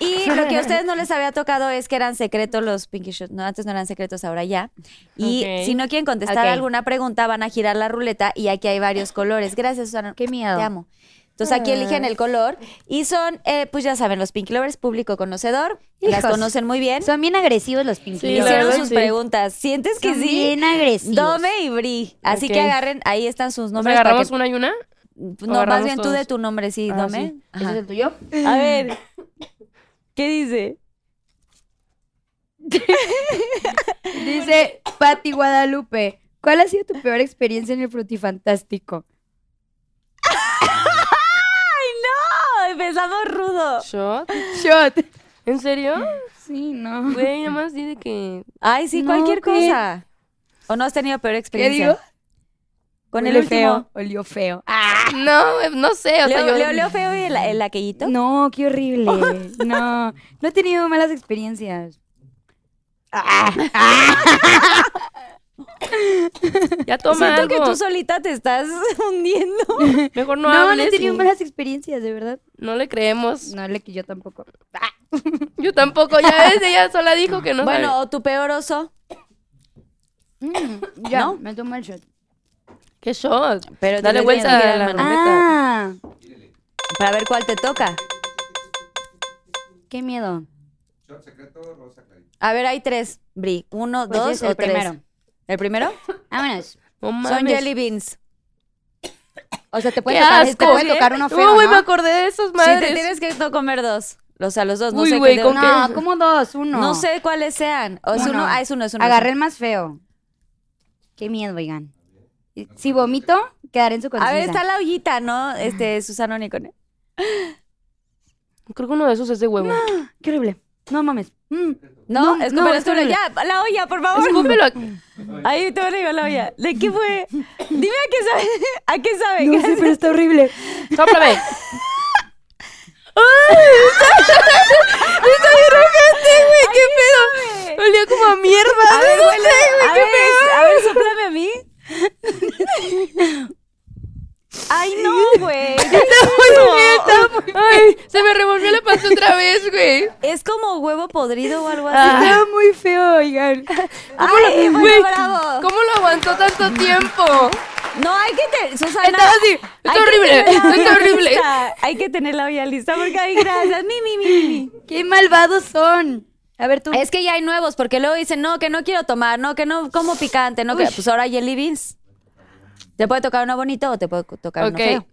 B: Y lo que a ustedes no les había tocado es que eran secretos los Pinky Shots. No, antes no eran secretos, ahora ya. Y
D: Ok.
B: si no quieren contestar
E: Ok.
B: alguna pregunta, van a girar la ruleta y aquí hay varios colores. Gracias, Susana.
E: Qué miedo.
B: Te amo. Entonces aquí
D: Ah.
B: eligen el color y son, eh, pues ya saben, los Pinky Lovers, público conocedor, las
E: Hijos.
B: conocen muy bien.
E: Son bien agresivos los Pinky
D: Sí,
B: Le
D: la
E: Lovers.
B: Hicieron
D: verdad,
B: sus
D: sí.
B: preguntas. ¿Sientes que
E: Son
B: sí?
E: bien agresivos.
B: Dome y Bri. Así que
D: Ok.
B: agarren, ahí están sus
D: ¿Nos
B: nombres. para
D: agarramos
B: que- Pues,
D: una y una?
B: no, más
D: agarramos
B: bien tú
D: todos?
B: de tu nombre, sí,
D: Ah,
B: Dome.
D: sí.
E: ¿Ese
B: Ajá.
E: es el tuyo?
B: A ver, ¿qué dice?
E: Dice Patti Guadalupe, ¿cuál ha sido tu peor experiencia en el Frutifantástico?
B: ¡Ay, no! Empezamos
E: Oh.
B: rudo.
D: ¿Shot?
E: Shot.
D: ¿En serio?
E: Sí, no.
D: Güey, nada más di de que
B: Ay, sí,
E: No,
B: cualquier
E: ¿qué?
B: cosa. ¿O no has tenido peor
E: ¿Qué
B: experiencia?
E: digo?
B: Con el
E: Olió
B: feo.
E: feo. Olió feo.
D: No, eh, no sé, o sea,
B: Leo,
D: yo...
B: Leo, Leo feo y el, el aquellito.
E: No, qué horrible. No, no he tenido malas experiencias. Ah,
D: Ya toma
B: Siento
D: algo.
B: que tú solita te estás hundiendo.
D: Mejor no,
E: no, no, he
D: hables
E: tenido
D: y
E: malas experiencias, de verdad.
D: No le creemos.
E: No, le que yo tampoco.
D: Yo tampoco, ya ves, ella sola dijo que no
B: bueno,
D: sabe.
B: o tu peor oso.
E: Mm, ya, me tomo el shot.
D: ¿Qué shot?
B: Pero
D: Dale
B: tienes
D: vuelta
B: que
D: a la
B: girar, mano.
D: ruleta.
E: Ah,
B: Para ver cuál te toca.
E: qué miedo.
B: A ver, hay tres, Bri. Uno,
E: Pues
B: dos
E: es
B: o
E: el
B: tres.
E: primero.
B: ¿El primero?
E: Vámonos.
D: No
B: Son
D: mames.
B: jelly beans.
E: O sea, te
D: ¡Qué
E: puede tocar, te
D: asco!
E: puede tocar uno feo,
D: No, güey,
E: ¿no?
D: me acordé de esos
B: Sí, te
D: madres.
B: tienes que no comer dos. O sea, los dos. No
D: Uy,
B: sé
D: güey,
B: qué
D: ¿con
B: de-
D: qué?
E: No, como dos, uno.
B: No sé cuáles sean. O es uno,
E: Uno.
B: ah, es uno, es uno.
E: Agarré el más feo. Qué miedo, oigan. Si vomito, quedaré en su
B: A
E: conciencia.
B: ver, está la ollita, ¿no? Este, Susana Nicone.
D: Creo que uno de esos es de huevo.
E: Qué horrible. No mames. Mm.
B: No,
E: No,
B: es
E: no,
B: como
E: es horrible.
B: Ya, la olla, por favor.
D: Escúpelo aquí.
B: Ahí te voy a llevar la olla. ¿De qué fue? Dime a qué sabe. ¿A qué sabe?
E: No sé, pero está horrible.
D: Sóplame.
B: Ay, ¿Qué pedo?
D: Olía como a mierda.
B: A ver, huele. a, ver, a ver, soplame a mí. Ay, no, güey.
D: Ay, se me revolvió la panza otra vez, es, güey?
B: Es como huevo podrido o algo
E: Ah,
B: así.
E: Estaba muy feo, oigan.
B: ¡Ay, bueno,
D: Güey,
B: bravo!
D: ¿Cómo lo aguantó tanto tiempo?
B: No, hay que tener... Susana...
D: Estaba así.
B: hay que
D: Está horrible.
B: tener la
D: Está
B: olla
D: horrible.
B: lista, Hay que tener la olla lista porque hay grasas. Mi, mi, mi, mi, mi.
E: ¡Qué malvados son! A ver tú.
B: Es que ya hay nuevos porque luego dicen, no, que no quiero tomar, no, que no como picante, no, que... Pues ahora Jelly Beans. Te puede tocar uno bonito o te puede tocar uno feo.
D: Ok.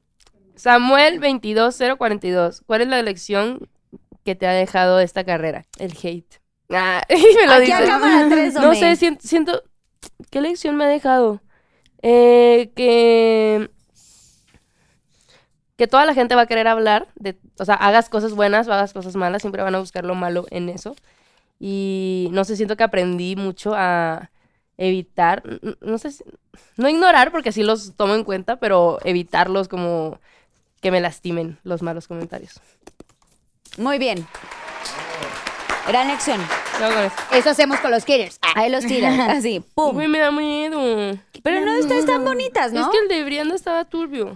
D: Samuel 22042. ¿Cuál es la lección que te ha dejado esta carrera? El hate. Ah, y me lo
B: Aquí a
D: dices.
B: cámara tres,
D: No
B: hombre.
D: sé, siento, siento- ¿Qué lección me ha dejado? Eh, que. Que toda la gente va a querer hablar. De, o sea, hagas cosas buenas o hagas cosas malas. Siempre van a buscar lo malo en eso. Y no sé, siento que aprendí mucho a evitar. n- n- No sé, si- no ignorar porque sí los tomo en cuenta, pero evitarlos como que me lastimen los malos comentarios.
B: Muy bien. Gran lección.
D: No, con eso.
E: Eso hacemos con los killers. Ah.
B: Ahí los tiras, así, pum.
D: Uy, me da miedo.
B: Pero no estás tan bonitas, ¿no?
D: Es que el de Brianda estaba turbio.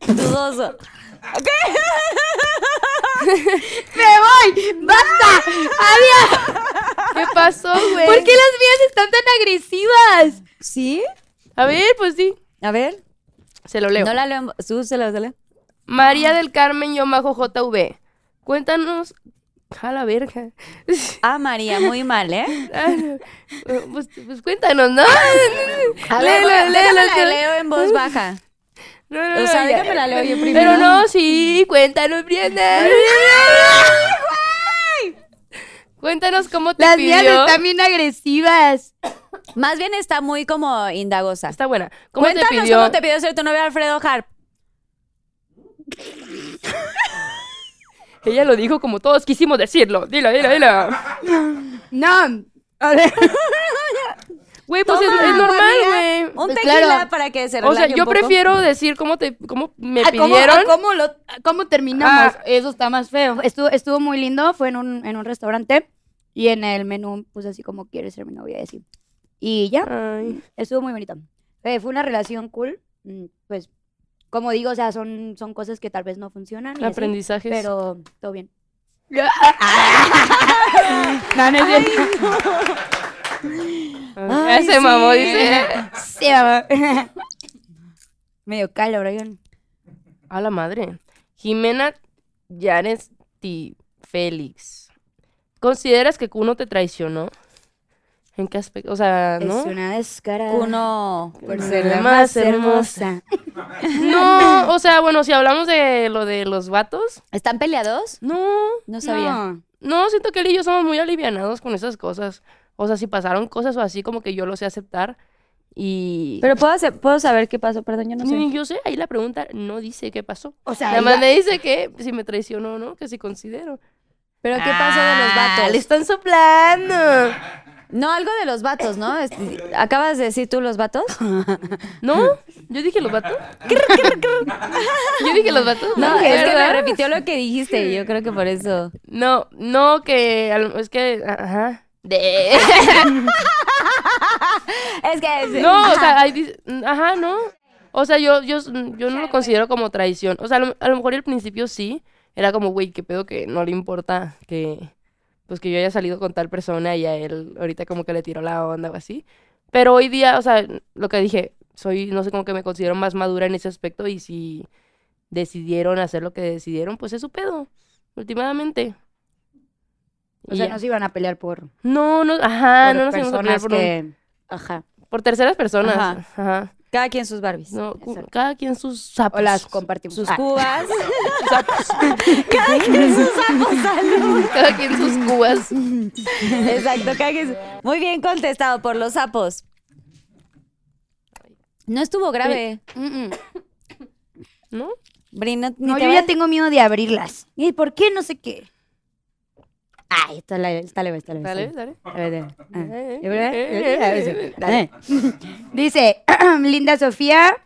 B: dudoso.
D: ¿Qué pasó, güey?
E: ¿Por qué las mías están tan agresivas?
B: ¿Sí?
D: A ver, pues sí.
B: A ver.
D: Se lo leo.
B: No la leo. Tú se la se la-
D: María del Carmen Yomajo JV. Cuéntanos. A la verga.
B: Ah, María, muy mal, ¿eh?
D: Ah, pues, pues cuéntanos, ¿no?
B: A ver,
D: Léelo,
B: bueno,
D: léelo,
B: déjame la
D: que-
B: leo en voz baja.
D: No, no,
B: O
D: no,
B: sea,
D: ya-
B: déjame la leo yo primero.
D: Pero no, sí, cuéntanos, Brianda. cuéntanos cómo te
E: Las mías
D: pidió.
E: están bien agresivas.
B: Más bien está muy como indagosa.
D: Está buena. ¿Cómo te
B: Cuéntanos
D: pidió?
B: cómo te pidió ser tu novio Alfredo Harp.
D: Ella lo dijo como todos quisimos decirlo. Dilo, dilo, dilo.
E: No. A ver.
D: Güey, pues es,
B: Toma,
D: es normal,
B: amiga,
D: güey.
B: Un
E: Pues
B: tequila
E: claro.
B: para que se relaje
D: O sea,
B: un
D: yo
B: poco.
D: prefiero decir cómo te cómo me
E: ¿A Ah, cómo,
D: pidieron.
E: a cómo lo, a cómo terminamos?
D: Ah.
E: Eso está más feo. Estuvo, estuvo muy lindo. Fue en un, en un restaurante y en el menú puse así como quieres ser mi novia. Y, así. y ya,
D: Ay,
E: estuvo muy bonito. Eh, fue una relación cool. Mm, Pues, como digo, o sea, son, son cosas que tal vez no funcionan. y así,
D: aprendizajes.
E: pero todo bien. no, no es cierto. ah,
D: Ay, ese mamó, dice.
E: Sí, mamá. Medio calor, oigan.
D: A la madre. Jimena Yanes Ti Félix. ¿Consideras que Kuno te traicionó? ¿En qué aspecto? O sea, ¿no?
E: Es una descarada.
B: Uno.
E: por
D: Una
E: ser la
D: más
E: más
D: hermosa.
E: hermosa.
D: No, o sea, bueno, si hablamos de lo de los vatos,
B: ¿Están peleados?
D: no.
B: No sabía.
E: No.
D: No, siento que él y yo somos muy alivianados con esas cosas. O sea, si pasaron cosas o así, como que yo lo sé aceptar. Y.
B: Pero puedo, hacer- puedo saber qué pasó, perdón, yo no sé.
D: Ni yo sé, ahí la pregunta no dice qué pasó.
E: O sea,
D: Nada más
E: ya-
D: me dice que si me traicionó o no, que si considero.
B: Pero qué pasó de los vatos.
D: están soplando.
B: Ah, No, algo de los vatos, ¿no? Es- Acabas de decir tú los vatos.
D: ¿No? ¿Yo dije los vatos? ¿Yo dije los vatos?
B: No,
D: ¿verdad?
B: es que me repitió lo que dijiste, yo creo que por eso.
D: No, no, que al- es que, ajá. De-
B: Es que
D: No, o sea, ahí dice- mm, ajá, no. O sea, yo, yo, yo no lo considero como traición. O sea, a lo, a lo mejor al principio sí, era como, güey, qué pedo que no le importa que, pues que yo haya salido con tal persona y a él ahorita como que le tiró la onda o así. Pero hoy día, o sea, lo que dije, soy, no sé, como que me considero más madura en ese aspecto y si decidieron hacer lo que decidieron, pues es su pedo, últimamente.
E: O
D: Y
E: sea,
D: ya.
E: no se iban a pelear por,
D: no, no, ajá,
E: por
D: no nos íbamos a pelear
E: personas
D: por, un-
E: que... Ajá.
D: por terceras personas.
B: Ajá.
D: ajá.
B: cada quien sus Barbies.
D: No, cu-
E: Exacto.
D: cada quien sus sapos.
E: O las compartimos.
B: Sus
E: Ah,
B: cubas.
D: cada quien sus cubas.
B: Exacto, cada quien su- Muy bien contestado por los sapos. No estuvo grave.
E: mm, mm.
D: ¿No?
B: Brin, no, ni
E: No,
B: te
E: yo
B: va-
E: ya tengo miedo de abrirlas. ¿Y por qué? No sé qué. Ay, está leve, está leve, está leve.
D: Dale,
E: está
D: dale.
E: leve. A ver, Ah. a ver,
D: Eh,
E: a
D: eh,
E: ver, a
D: eh,
E: ver,
D: eh,
E: a ver. Dice, Linda Sofía,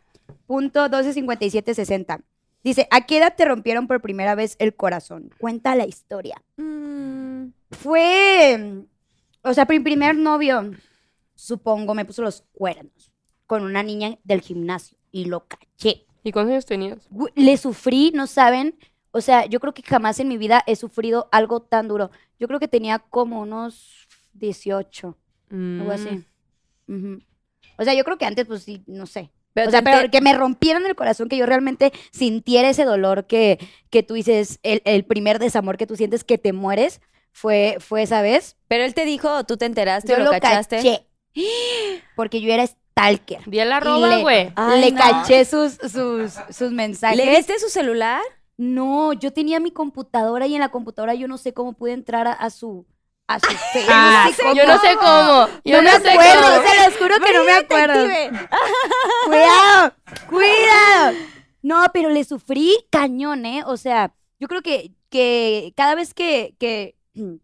E: punto 125760. Dice, ¿a qué edad te rompieron por primera vez el corazón? Cuenta la historia.
B: Mm,
E: Fue, o sea, mi primer novio, supongo, me puso los cuernos con una niña del gimnasio y lo caché.
D: ¿Y cuántos años tenías?
E: Güe- Le sufrí, no saben. O sea, yo creo que jamás en mi vida he sufrido algo tan duro. Yo creo que tenía como unos 18,
B: Mm.
E: algo así. Ujú. O sea, yo creo que antes, pues sí, no sé.
B: Pero
E: o sea,
B: te-
E: pero
B: te-
E: que me rompieran el corazón, que yo realmente sintiera ese dolor que, que tú dices, el, el primer desamor que tú sientes que te mueres, fue, fue esa vez.
B: Pero él te dijo, o tú te enteraste,
E: Yo
B: o
E: lo,
B: lo cachaste.
E: caché. Porque yo era stalker.
D: Di el arroba,
E: Le-
D: güey.
B: Ay,
E: Le
B: no.
E: caché sus, sus, sus mensajes.
B: ¿Le diste su celular?
E: No, yo tenía mi computadora y en la computadora yo no sé cómo pude entrar a, a su a su Facebook.
D: Ah, yo no sé cómo. Yo no,
E: me
D: sé
E: acuerdo,
D: cómo.
E: se los juro que no me acuerdo. Cuidado, cuidado. No, pero le sufrí cañón, ¿eh? O sea, yo creo que, que cada vez que, que mm,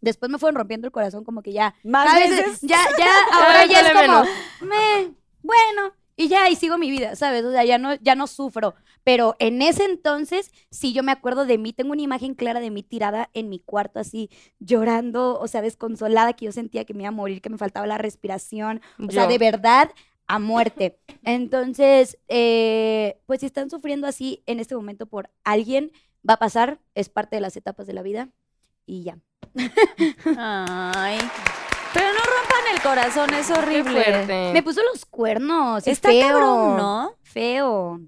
E: después me fueron rompiendo el corazón, como que ya.
B: Más
E: cada vez-
B: veces.
E: Ya, ya, ahora
D: vez
E: ya es
D: duele
E: como.
D: menos.
E: "Meh, bueno. Y ya, y sigo mi vida, ¿sabes? O sea, ya no, ya no sufro. Pero en ese entonces, sí, yo me acuerdo de mí, tengo una imagen clara de mí tirada en mi cuarto así, llorando, o sea, desconsolada, que yo sentía que me iba a morir, que me faltaba la respiración, o sea,
D: Yo.
E: de verdad a muerte. Entonces, eh, pues si están sufriendo así en este momento por alguien, va a pasar, es parte de las etapas de la vida y ya.
B: Ay. Pero no rompan el corazón, es
D: Qué
B: horrible.
D: fuerte.
E: Me puso los cuernos.
B: Mm. Está
E: feo,
B: cabrón, ¿no?
E: Feo.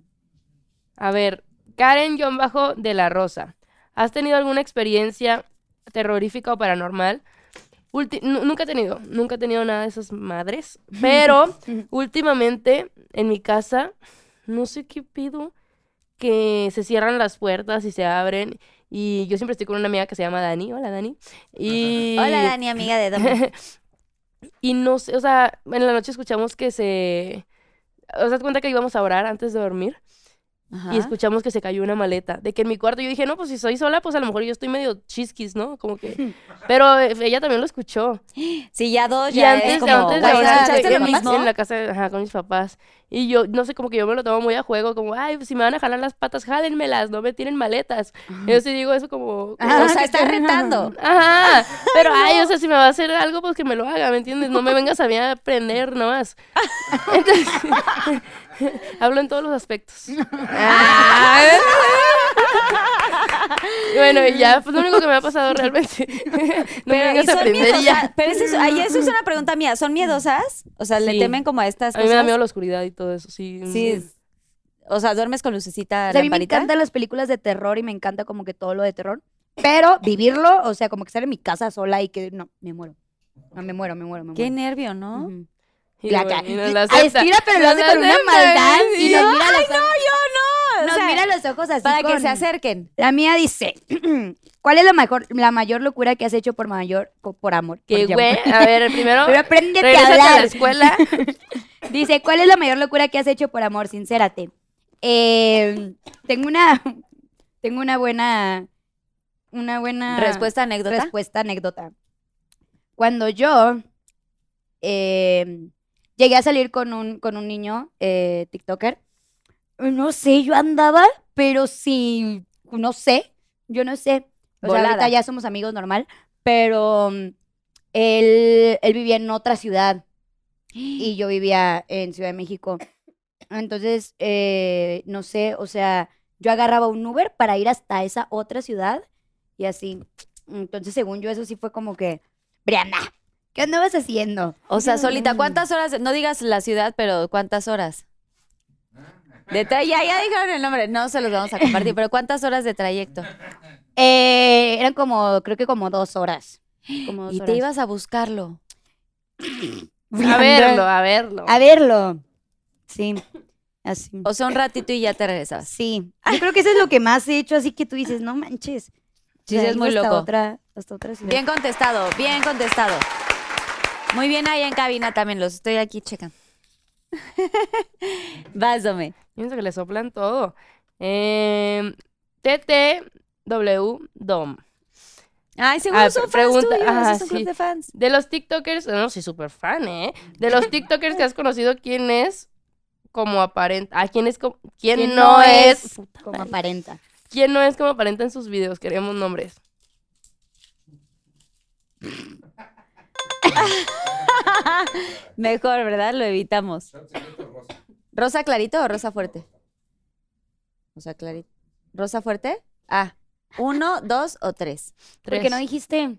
D: A ver, Karen John Bajo de la Rosa. ¿Has tenido alguna experiencia terrorífica o paranormal? Ulti- nu- nunca he tenido, nunca he tenido nada de esas madres, pero últimamente en mi casa, no sé qué pido, que se cierran las puertas y se abren. Y yo siempre estoy con una amiga que se llama Dani. Hola, Dani. Y...
B: Hola, Dani, amiga de Dom.
D: Y no sé, o sea, en la noche escuchamos que se... ¿Os das cuenta que íbamos a orar antes de dormir?
B: Ajá.
D: Y escuchamos que se cayó una maleta. De que en mi cuarto yo dije, no, pues si soy sola, pues a lo mejor yo estoy medio chisquis, ¿no? Como que... Pero eh, ella también lo escuchó.
B: Sí, ya dos,
D: Y
B: Pues ya
D: antes,
B: es como,
D: antes de
B: güey,
D: orar,
B: ¿escuchaste
D: güey,
B: lo
D: en, mis-
B: mismo?
D: en la casa ajá, con mis papás. Y yo, no sé, como que yo me lo tomo muy a juego, como, ay, pues, si me van a jalar las patas, jálenmelas, no me tienen maletas. Yo sí digo eso como...
B: O sea, está retando.
D: Ajá, pero ay, o sea, si me va a hacer algo, pues que me lo haga, ¿me entiendes? No me vengas a mí a aprender nomás. Entonces, hablo en todos los aspectos. bueno, y ya, pues lo único que me ha pasado realmente. no me
B: Pero, ¿y
D: vengas a
B: son
D: aprender y
B: miedosas?
D: ya.
B: Pero eso es, ay, eso es una pregunta mía. ¿Son miedosas? O sea, ¿le
D: Sí.
B: temen como a estas
D: A mí me da
B: cosas?
D: miedo la oscuridad y todo eso, sí.
B: Sí. es- O sea, ¿duermes con lucecita
E: O sea, a mí me
B: lamparita?
E: encantan las películas de terror y me encanta como que todo lo de terror, pero vivirlo, o sea, como que estar en mi casa sola y que no, me muero. No, me muero, me muero, me muero.
B: Qué nervio, ¿no?
E: Ujú.
D: Y
E: La
D: no-
E: ca-
D: y no la
E: Ah,
D: acepta.
E: estira, pero lo
D: No
E: hace
D: la
E: con una
D: acepta,
E: maldad
D: sí.
E: y nos mira a los ojos.
B: O
E: Nos
B: sea,
E: mira a los ojos así
B: Para que
E: con-
B: se acerquen.
E: La mía dice, ¿cuál es la mejor, la mayor locura que has hecho por mayor, por, por amor?
D: Que
B: pues
E: por llamar?
D: güey, a ver, primero,
E: Pero apréndete a
D: regrésate a la
E: hablar.
D: escuela.
E: Dice, ¿cuál es la mayor locura que has hecho por amor? Sincérate. Eh, tengo una, tengo una buena, una
D: Ah.
E: buena
B: Respuesta, anécdota.
E: respuesta, anécdota. Cuando yo eh, llegué a salir con un, con un niño eh, TikToker, no sé, yo andaba, pero sí, no sé, yo no sé. O sea,
B: Volada.
E: ahorita ya somos amigos normal, pero mm, él, él vivía en otra ciudad y yo vivía en Ciudad de México. Entonces, eh, no sé, o sea, yo agarraba un Uber para ir hasta esa otra ciudad y así. Entonces, según yo, eso sí fue como que, Brianna, ¿qué andabas haciendo?
B: O sea, solita,
E: Mm.
B: ¿cuántas horas? No digas la ciudad, pero ¿cuántas horas? De tra- ya, ya dijeron el nombre, no se los vamos a compartir, pero ¿cuántas horas de trayecto?
E: Eh, eran como, creo que como dos horas. Como dos
B: Y te
E: horas.
B: ibas a buscarlo.
D: A
E: Brianna,
D: verlo, a verlo.
E: A verlo. Sí, así.
B: O sea, un ratito y ya te regresabas.
E: Sí, yo creo que eso es lo que más he hecho, así que tú dices, no manches.
B: Sí, sí, es
E: iba
B: muy
E: hasta
B: loco.
E: Otra, hasta otra ciudad.
B: Bien contestado, bien contestado. Muy bien ahí en cabina también, los estoy aquí checando. Vásame.
D: Pienso que le soplan todo. Em, TTW Dom.
B: Ay, seguro
D: Ah,
B: son fans
D: pregunta-
B: tuyos,
D: ah,
B: es un club
D: sí.
B: de fans.
D: De los TikTokers, no, soy súper fan, ¿eh? De los TikTokers que has conocido, ¿quién es como aparenta? Ah, ¿quién es como... ¿Quién,
E: ¿Quién
D: no,
E: no
D: es?
E: es? Como aparenta.
D: ¿Quién no es como aparenta en sus videos? Queremos nombres.
B: Mejor, ¿verdad? Lo evitamos. ¿Rosa clarito o rosa fuerte? Rosa clarito. ¿Rosa fuerte? Ah, uno, dos o tres.
E: ¿Por qué no dijiste?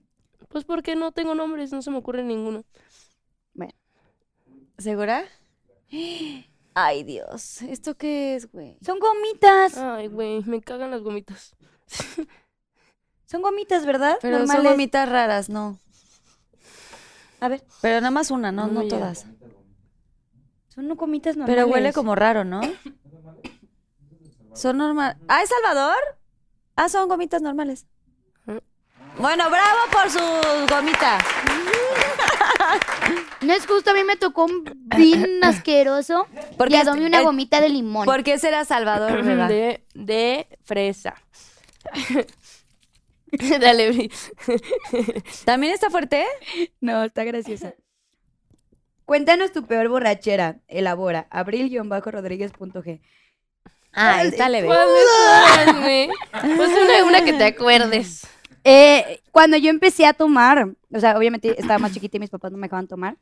D: Pues porque no tengo nombres, no se me ocurre ninguno.
B: ¿Segura? Ay, Dios. ¿Esto qué es, güey?
E: Son gomitas.
D: Ay, güey, me cagan las gomitas.
E: Son gomitas, ¿verdad?
B: Pero son
E: Normales.
B: gomitas raras, no.
E: A ver,
B: Pero nada más una, no,
D: No
B: no,
D: me llega.
B: todas.
E: son no gomitas normales.
B: Pero huele como raro, ¿no? Son normal. ¿Ah, es Salvador? Ah, son gomitas normales.
E: Ah.
D: Ujú.
B: Bueno, bravo por sus gomitas.
F: No es justo, a mí me tocó un bien asqueroso y
B: Porque
F: a Domi una
B: el-
F: gomita de limón.
B: ¿Por qué será Salvador, verdad?
D: De, de fresa. Dale, Bri.
B: ¿También está fuerte?
E: No, está graciosa. Cuéntanos tu peor borrachera. Elabora. Abril-rodríguez.g.
B: Ah, está leve.
D: ¿Cuál es cuál, güey? Pues una, una que te acuerdes.
E: Eh, cuando yo empecé a tomar, o sea, obviamente estaba más chiquita y mis papás no me dejaban tomar.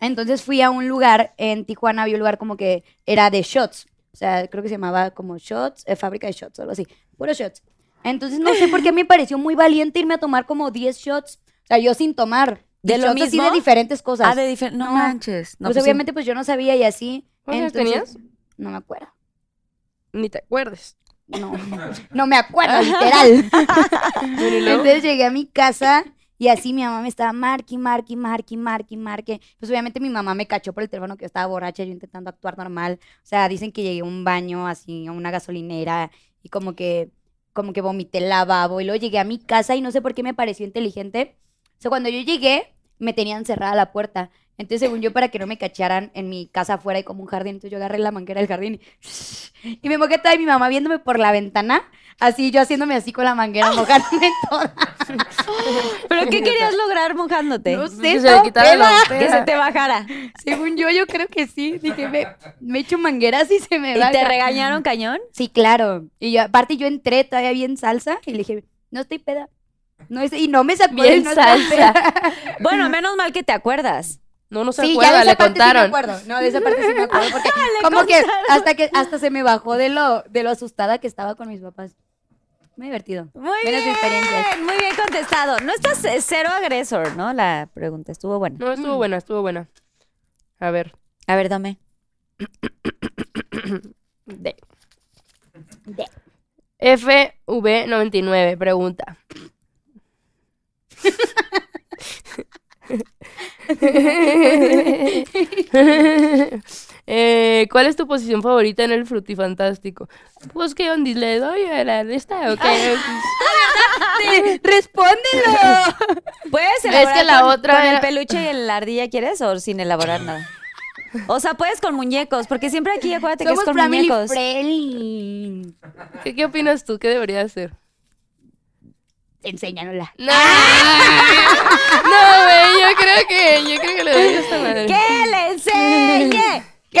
E: Entonces fui a un lugar en Tijuana, había un lugar como que era de shots. O sea, creo que se llamaba como shots, eh, fábrica de shots o algo así. Puro shots. Entonces no sé por qué me pareció muy valiente irme a tomar como 10 shots. O sea, yo sin tomar.
B: ¿De
E: Y
B: lo
E: shots así
B: mismo?
E: de diferentes cosas.
B: Ah, de diferente. No
E: Ajá.
B: manches. No,
E: pues,
B: pues sí.
E: obviamente pues yo no sabía y así.
D: ¿Cuántos años
E: Entonces, No me acuerdo.
D: Ni te acuerdes.
E: No, no me acuerdo, literal.
D: Bueno, ¿y luego?
E: Entonces llegué a mi casa y así mi mamá me estaba marque, marque, marque, marque, marque. Pues obviamente mi mamá me cachó por el teléfono que yo estaba borracha, yo intentando actuar normal. O sea, dicen que llegué a un baño, así, a una gasolinera y como que, como que vomité el lavabo. Y luego llegué a mi casa y no sé por qué me pareció inteligente. O sea, cuando yo llegué, me tenían cerrada la puerta. Entonces, según yo, para que no me cacharan en mi casa afuera hay como un jardín. Entonces yo agarré la manguera del jardín y, y me mojé toda y mi mamá viéndome por la ventana. Así, yo haciéndome así con la manguera, mojándome toda.
B: ¿Pero qué querías lograr mojándote?
E: No
D: Que
E: sé,
D: se le
E: estaba
D: quitara la
E: peda.
B: Que se
D: pera.
B: te bajara.
E: Según yo, yo creo que sí. Dije, me, me echo mangueras y se me va.
B: ¿Y te regañaron cañón?
E: Sí, claro. Y yo, aparte, yo entré todavía bien salsa y le dije, no estoy peda. No estoy- y no me sacó
D: Bien
E: no estaba
D: salsa.
E: peda.
B: Bueno, menos mal que te acuerdas.
D: No, no se
E: Sí, ya
D: acuerda,
E: de esa
D: le
E: parte sí me
D: contaron.
E: acuerdo. No, de esa parte sí me acuerdo. Porque como que hasta que hasta se me bajó de lo, de lo asustada que estaba con mis papás. Muy divertido.
B: Muy
E: Menos
B: bien,
E: experiencias.
B: muy bien contestado. No estás eh, cero agresor, ¿no? La pregunta estuvo buena.
D: No, estuvo buena, estuvo buena. A ver.
B: A ver, dame.
D: D. FV99 pregunta. Eh, ¿Cuál es tu posición favorita en el frutifantástico? Pues qué ondis le doy a la de esta o qué?
E: ¡Respóndelo!
B: ¿Puedes
D: que
B: elaborar
D: la
B: con-
D: otra
B: con el
D: era-
B: peluche y la ardilla quieres o sin elaborar nada? O sea, puedes con muñecos, porque siempre aquí acuérdate que
E: Somos
B: es con
E: family
B: muñecos.
E: friendly.
D: ¿Qué, qué opinas tú? ¿Qué debería hacer?
E: Enséñanosla.
D: No, no, güey, yo creo que, yo creo que le doy a esta madre.
B: ¡Que le enseñe!
E: ¡Que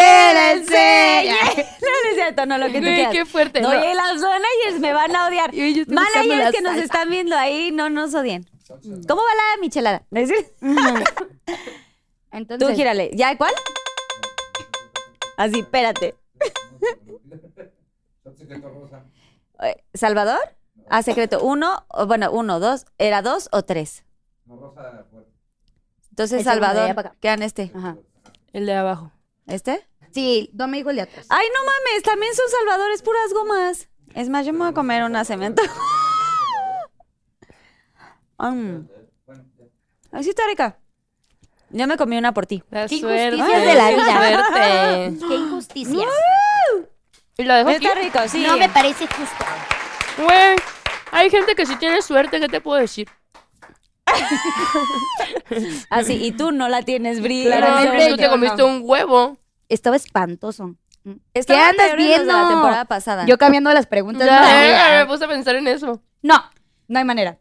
E: la
B: No, no es cierto, no, lo que tú
D: Güey,
B: quieras.
D: qué fuerte.
B: No,
D: no.
B: oye, las managers me van a odiar.
E: Y yo estoy buscando
B: Managers
E: la
B: que nos
E: salsa.
B: están viendo ahí, no nos odien. ¿Cómo va la michelada? ¿No es cierto? Tú
E: Entonces,
B: gírale. ¿Ya cuál? Así, espérate. Eh, ¿Salvador? A secreto. Uno, o bueno, uno, dos. ¿Era dos o tres? Entonces,
E: El segundo, de allá
B: Salvador,
E: para acá.
B: quedan este.
E: Ajá.
D: El de abajo.
B: ¿Este?
E: Sí, no me dijo el de atrás.
B: Ay, no mames, también son salvadores puras gomas. Es más, yo me voy a comer una cemento. Mm. Ay, sí está rica. Yo me comí una por ti.
D: La
E: Qué
D: suerte.
E: injusticias de la
D: qué
E: vida.
D: suerte.
F: ¡Qué injusticia!
D: Y lo dejo aquí.
B: Está rico, sí.
F: No me parece justo.
D: Güey, hay gente que sí tiene suerte, ¿qué te puedo decir?
B: Así, Ah, y tú no la tienes, Bri.
E: Claramente
D: No, tú te
E: yo
D: comiste
E: no.
D: un huevo.
E: Estaba espantoso.
B: Estaba
E: ¿Qué andas
B: peor en los de la
E: viendo?
B: temporada pasada.
E: Yo cambiando las preguntas.
D: Ya,
E: no,
D: verga, me puse a pensar en eso.
E: no, no hay manera.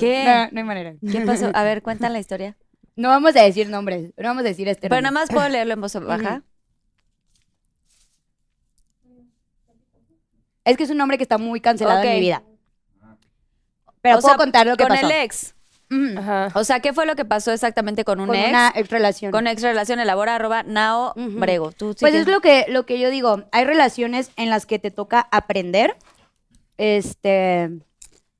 B: ¿Qué?
E: No, no hay manera.
B: ¿Qué pasó? A ver, cuentan la historia.
E: No vamos a decir nombres. No vamos a decir este
B: Pero nada
E: nombre.
B: más puedo leerlo en voz baja.
E: Es que es un nombre que está muy cancelado
B: Ok.
E: en mi vida. Pero
B: O
E: puedo
B: sea,
E: contar lo que
B: con
E: pasó.
B: el ex.
E: Ujú.
D: Ajá.
B: O sea, ¿qué fue lo que pasó exactamente con un
E: Con
B: ex?
E: una ex relación.
B: Con ex relación elabora arroba nao
E: Ujú.
B: brego. Tú sí
E: pues es
B: tienes-
E: lo que, lo que yo digo. Hay relaciones en las que te toca aprender Este,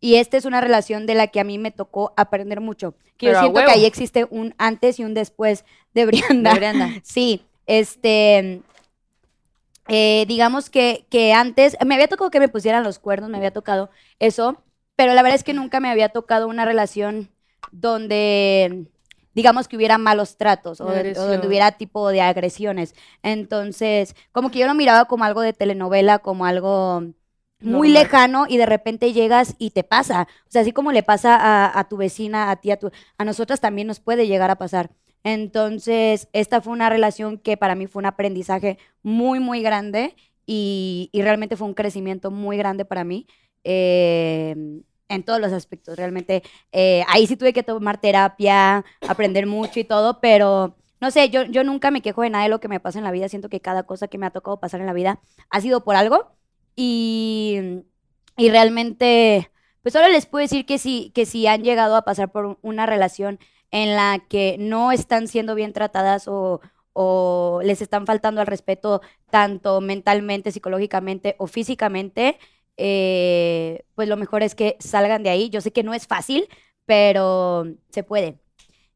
E: y esta es una relación de la que a mí me tocó aprender mucho. Que
D: Pero
E: yo
D: a
E: siento que
D: huevo.
E: ahí existe un antes y un después de Brianda.
C: De Brianda.
E: Sí, este, eh, digamos que, que antes, me había tocado que me pusieran los cuernos, me había tocado eso, pero la verdad es que nunca me había tocado una relación donde, digamos que hubiera malos tratos o,
D: De
E: de- o donde
D: agresión.
E: hubiera tipo de agresiones. Entonces, como que yo lo miraba como algo de telenovela, como algo muy
D: Normal.
E: lejano y de repente llegas y te pasa. O sea, así como le pasa a, a tu vecina, a ti, a tu, a nosotras también nos puede llegar a pasar. Entonces, esta fue una relación que para mí fue un aprendizaje muy, muy grande y, y realmente fue un crecimiento muy grande para mí eh, en todos los aspectos. Realmente, eh, ahí sí tuve que tomar terapia, aprender mucho y todo, pero no sé, yo, yo nunca me quejo de nada de lo que me pasa en la vida. Siento que cada cosa que me ha tocado pasar en la vida ha sido por algo y, y realmente, pues solo les puedo decir que si, que si han llegado a pasar por un- una relación en la que no están siendo bien tratadas o, o les están faltando al respeto tanto mentalmente, psicológicamente o físicamente, eh, pues lo mejor es que salgan de ahí. Yo sé que no es fácil, pero se puede.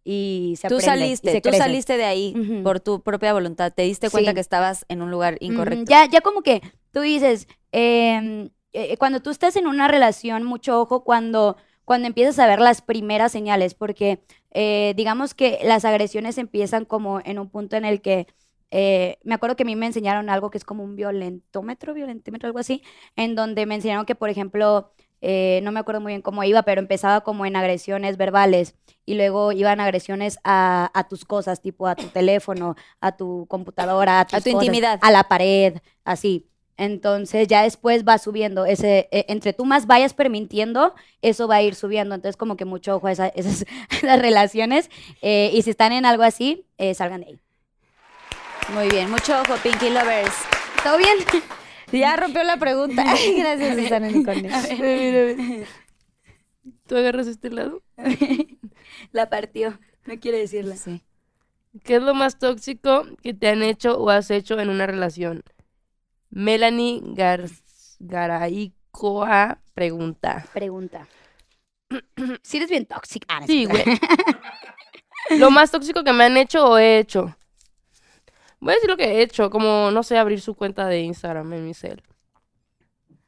E: Y se
B: Tú
E: aprende y
B: saliste,
E: se
B: tú
E: crece.
B: saliste de ahí
E: Ujú.
B: por tu propia voluntad. Te diste cuenta
E: Sí.
B: que estabas en un lugar
E: Ujú,
B: incorrecto.
E: Ya, ya como que tú dices, em, eh, cuando tú estás en una relación, mucho ojo cuando, cuando empiezas a ver las primeras señales, porque eh, digamos que las agresiones empiezan como en un punto en el que, eh, me acuerdo que a mí me enseñaron algo que es como un violentómetro, violentómetro, algo así, en donde me enseñaron que, por ejemplo, eh, no me acuerdo muy bien cómo iba, pero empezaba como en agresiones verbales y luego iban agresiones a, a tus cosas, tipo a tu teléfono, a tu computadora, a, tus
B: tu
E: cosas,
B: intimidad.
E: a la pared, así. Entonces ya después va subiendo ese, eh, entre tú más vayas permitiendo, eso va a ir subiendo. Entonces como que mucho ojo a esa- esas, esas relaciones eh, y si están en algo así, eh, salgan de ahí.
B: Muy bien, mucho ojo, Pinky Lovers.
E: ¿Todo bien?
B: Ya rompió la pregunta. Gracias, Susana Unicornio.
D: ¿Tú agarras este lado?
E: La partió, no quiere decirla.
B: Sí.
D: ¿Qué es lo más tóxico que te han hecho o has hecho en una relación? Melanie Gar Garaicoa pregunta.
E: Pregunta. Si eres bien tóxica. Ah, no es
D: Sí,
E: cierto.
D: güey. Lo más tóxico que me han hecho o he hecho. Voy a decir lo que he hecho, como, no sé, abrir su cuenta de Instagram en mi cel.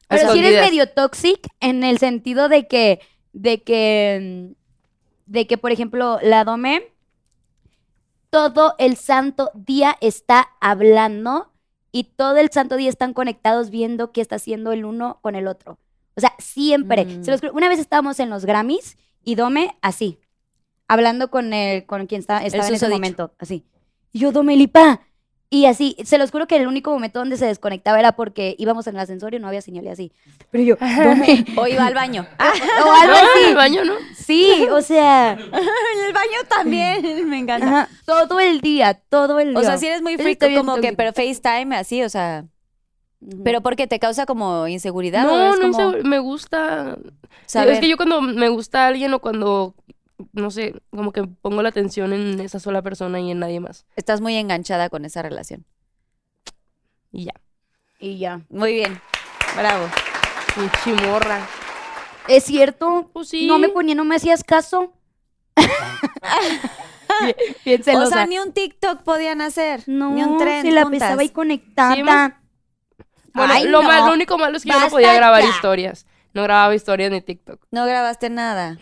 E: Pero si eres
D: Escondidas.
E: medio toxic en el sentido de que, de que, mm, de que, por ejemplo, la Dome todo el santo día está hablando y todo el santo día están conectados viendo qué está haciendo el uno con el otro. O sea, siempre.
B: Mm.
E: Se los juro, una vez estábamos en los Grammys y Dome así, hablando con el, con quien está, estaba en ese
B: susodicho.
E: momento, así. Y yo, Dome Lipa. Y así, se los juro que el único momento donde se desconectaba era porque íbamos en el ascensor y no había señal y así. Pero yo, Dome,
B: O iba al baño.
E: Ah, o algo
D: No, en el
E: así.
D: baño, ¿no?
E: Sí, o sea,
B: el baño también. Me encanta.
E: ajá, todo el día, todo el día.
B: O sea, si eres muy
E: Eso
B: freak,
E: está bien
B: como que,
E: tóxico.
B: pero FaceTime, así, o sea.
E: Ujú.
B: Pero porque te causa como inseguridad o
D: No,
B: es
D: no,
B: como
D: insegu- me gusta.
B: saber.
D: Es que yo cuando me gusta alguien o cuando, no sé, como que pongo la atención en esa sola persona y en nadie más.
B: Estás muy enganchada con esa relación.
D: Y ya.
E: Y ya.
B: Muy bien. Bravo.
D: Mi chimorra.
E: ¿Es cierto?
D: Pues sí.
E: No me ponía, no me hacías caso. Bien
B: O sea,
E: celosa.
B: ni un TikTok podían hacer.
E: no,
B: ni un tren.
E: se la
B: juntas.
E: pesaba ahí conectada.
D: Sí, hemos- Bueno,
E: Ay,
D: lo,
E: no.
D: mal- lo único malo es que yo no
E: Basta
D: podía grabar
E: ya.
D: historias. No grababa historias ni TikTok.
B: No grabaste nada.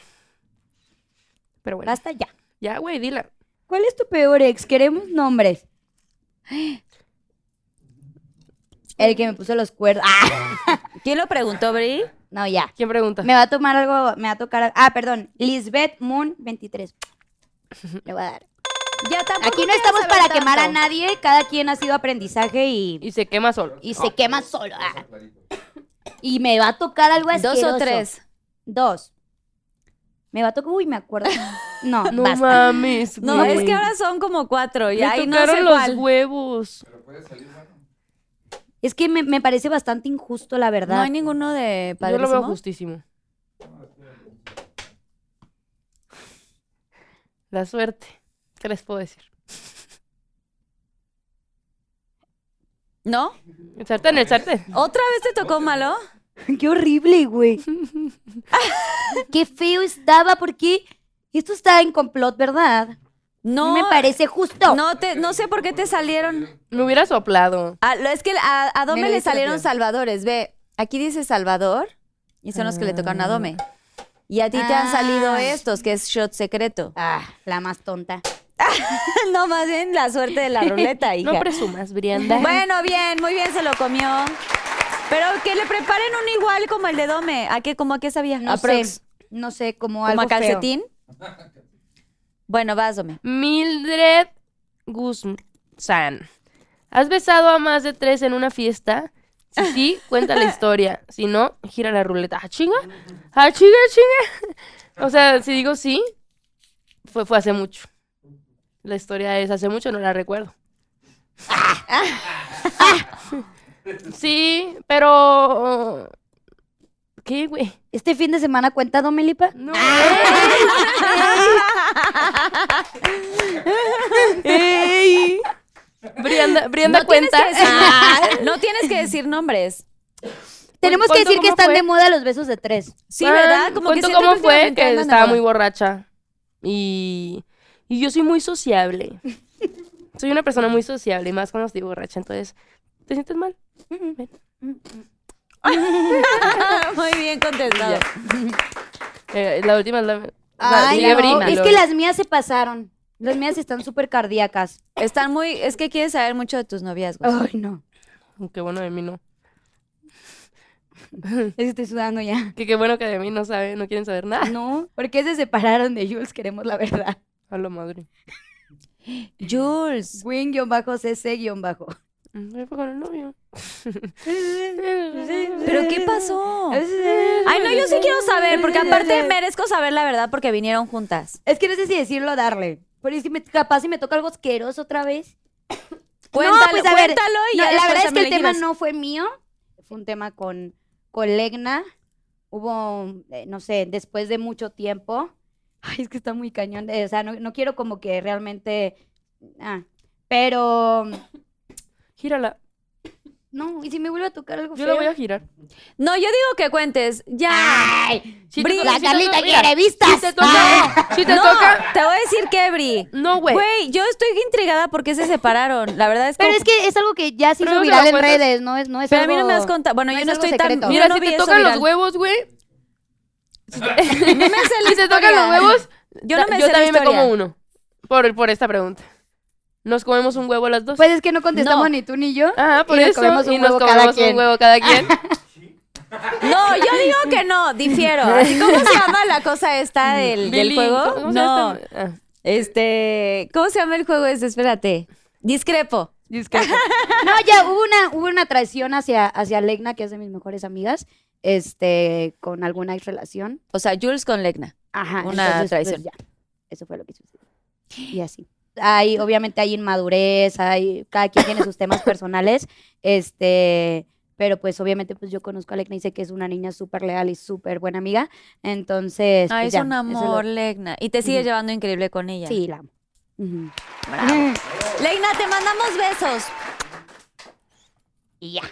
D: Pero bueno,
E: Basta ya.
D: ya, güey, dila.
E: ¿Cuál es tu peor ex? Queremos nombres. El que me puso los cuernos. Ah,
B: ¿Quién lo preguntó, Bri?
E: no, ya.
D: ¿Quién pregunta?
E: Me va a tomar algo, me va a tocar. Ah, perdón. Lisbeth Moon 23. Le voy a dar.
B: Ya tampoco
E: Aquí no
B: quiero
E: estamos
B: saber
E: para
B: tanto.
E: quemar a nadie. Cada quien ha sido aprendizaje y,
D: Y se quema solo.
E: y se quema solo. Ah. Y me va a tocar algo así.
B: Dos o tres.
E: Dos. Me va a tocar. Uy, me acuerdo. No,
D: No
E: basta.
D: mames,
B: No,
D: güey.
B: es que ahora son como cuatro y
D: Me
B: ahí no
D: tocaron
B: sé
D: los
B: cuál.
D: huevos.
E: Es que me, me parece bastante injusto,
B: No
E: la
B: hay
E: verdad.
B: ninguno de
D: Yo lo veo
B: padrísimo.
D: justísimo. La suerte. ¿Qué les puedo decir?
B: ¿No?
D: El sartén, el sartén.
B: ¿Otra vez te tocó malo?
E: Qué horrible, güey. Qué feo estaba, porque esto está en complot, ¿verdad?
B: No, eh,
E: me parece justo.
B: no, te, no sé por qué te salieron.
D: Me hubiera soplado.
B: Ah, lo- es que a, a Dome
E: Me lo
B: le
E: dice la
B: salieron
E: tía.
B: salvadores. Ve, aquí dice Salvador y son los que le tocaron a Dome. Y a ti te han salido
E: Ah.
B: estos, que es shot secreto.
E: Ah, la más tonta.
B: no, más bien la suerte de la ruleta, hija.
D: No presumas, Brianda.
B: Bueno, bien, muy bien se lo comió. Pero que le preparen un igual como el de Dome. ¿A qué, como a qué sabía?
E: No
B: ¿A Prox?
E: sé. No sé, como
B: ¿Como
E: algo
B: a calcetín? Bueno, vas, Dome.
D: Mildred Guzmán. ¿Has besado a más de tres en una fiesta? Si sí, cuenta la historia. Si no, gira la ruleta. ¡Ah, chinga! ¡Ah, chinga, chinga! O sea, si digo sí, fue, fue hace mucho. La historia es hace mucho, no la recuerdo. Sí, pero... ¿Qué, güey?
E: feo. ¿Este fin de semana cuenta Domelipa?
D: No. Brianda, Brianda
B: No tienes,
D: cuenta.
B: que decir, no tienes que decir nombres.
E: Tenemos que
D: cuento
E: decir que
D: cómo
E: están
D: fue.
E: de moda los besos de tres.
B: Sí, ¿verdad? Como que
D: cuento
B: siempre
D: cómo fue,
B: últimamente
D: que
B: andan de
D: estaba
B: moda.
D: muy borracha. Y, y yo soy muy sociable. soy una persona muy sociable, y más cuando estoy borracha. Entonces, ¿te sientes mal? Ven.
B: Muy bien contestado.
D: Eh, la última es la... la-
E: Ay,
D: dile a
E: no,
D: Brina,
E: Es
D: lo-
E: que las mías se pasaron. Las mías están súper cardíacas.
B: Están muy. Es que quieres saber mucho de tus noviazgos.
E: Ay, no.
D: Qué bueno de mí no.
E: Es que Estoy sudando ya.
D: Que qué bueno que de mí no saben, no quieren saber nada.
E: No, porque se separaron de Jules, queremos la verdad.
D: A la madre.
B: Jules.
E: Win-cc-bajo.
D: Me Mm, fue con el novio.
B: ¿Pero qué pasó? Ay, no, yo sí quiero saber, porque aparte merezco saber la verdad porque vinieron juntas.
E: Es que no sé si decirlo o darle. Pero es que me- capaz si me toca algo asqueroso otra vez.
B: Cuéntalo,
E: pues, a ver,
B: cuéntalo y
E: No,
B: ya
E: la
B: después
E: verdad es que
B: también
E: el
B: le
E: tema
B: llevas.
E: no fue mío. Fue un tema con, con Legna. Hubo, eh, no sé, después de mucho tiempo. Ay, es que está muy cañón. eh, o sea, no, no quiero como que realmente. ah, pero.
D: Gírala.
E: No, y si me vuelve a tocar algo
D: Yo la
E: feo?
D: voy a girar.
B: No, yo digo que cuentes. Ya.
E: Ah. ¡Ay!
D: Si te
B: Brin-
D: to-
E: La
D: si te
E: Carlita
D: to- mira,
E: quiere vistas.
D: Si te toca, si te
B: no,
D: toca.
B: te voy a decir que Bri.
D: No, güey.
B: Güey, yo estoy intrigada porque se separaron. La verdad es que.
F: Pero es que es algo que ya se
D: Pero luego
F: hizo viral
D: lo
F: en
D: cuentas.
F: redes, ¿no? Es, no es
B: Pero a mí
F: algo...
B: no me das contado. Bueno,
E: no
B: yo
E: es
B: no
E: algo
B: estoy tan.
E: secreto.
B: yo
D: Mira,
B: no
D: si
B: vi
D: te
B: eso
D: tocan los
B: viral.
D: huevos, güey.
B: No me hace la
D: Si te tocan
B: historia.
D: los huevos,
B: Yo no
D: ta-
B: me
D: yo
B: sé la
D: también me como
B: historia.
D: uno. Por, por esta pregunta. ¿Nos comemos un huevo las dos?
E: Pues es que no contestamos
B: No.
E: ni tú ni yo.
D: ah, por
E: y nos
D: eso.
E: comemos un
D: y nos
E: huevo cada
D: comemos
E: quien.
D: un huevo cada quien.
B: No, yo digo que no, difiero. Así, ¿Cómo se llama la cosa esta del, del
D: Billy,
B: juego?
D: ¿cómo se
B: no,
D: llama esta? Ah.
B: este, ¿cómo se llama el juego ese? Espérate. Discrepo.
E: No, ya hubo una, hubo una traición hacia, hacia Legna, que es de mis mejores amigas, este, con alguna ex relación.
B: O sea, Jules con Legna.
E: Ajá.
B: Una
E: entonces,
B: traición.
E: pues, ya. Eso fue lo que sucedió. Y así. Hay, obviamente hay inmadurez, hay, cada quien tiene sus temas personales, este, pero pues obviamente pues yo conozco a Legna y sé que es una niña súper leal y súper buena amiga, entonces.
B: Ah,
E: pues,
B: es
E: ya,
B: un
E: eso es lo-
B: amor, Legna. Y te sigues
E: Ujú.
B: llevando increíble con ella.
E: Sí, la amo. Ujú.
B: Legna, te mandamos besos. Y ya.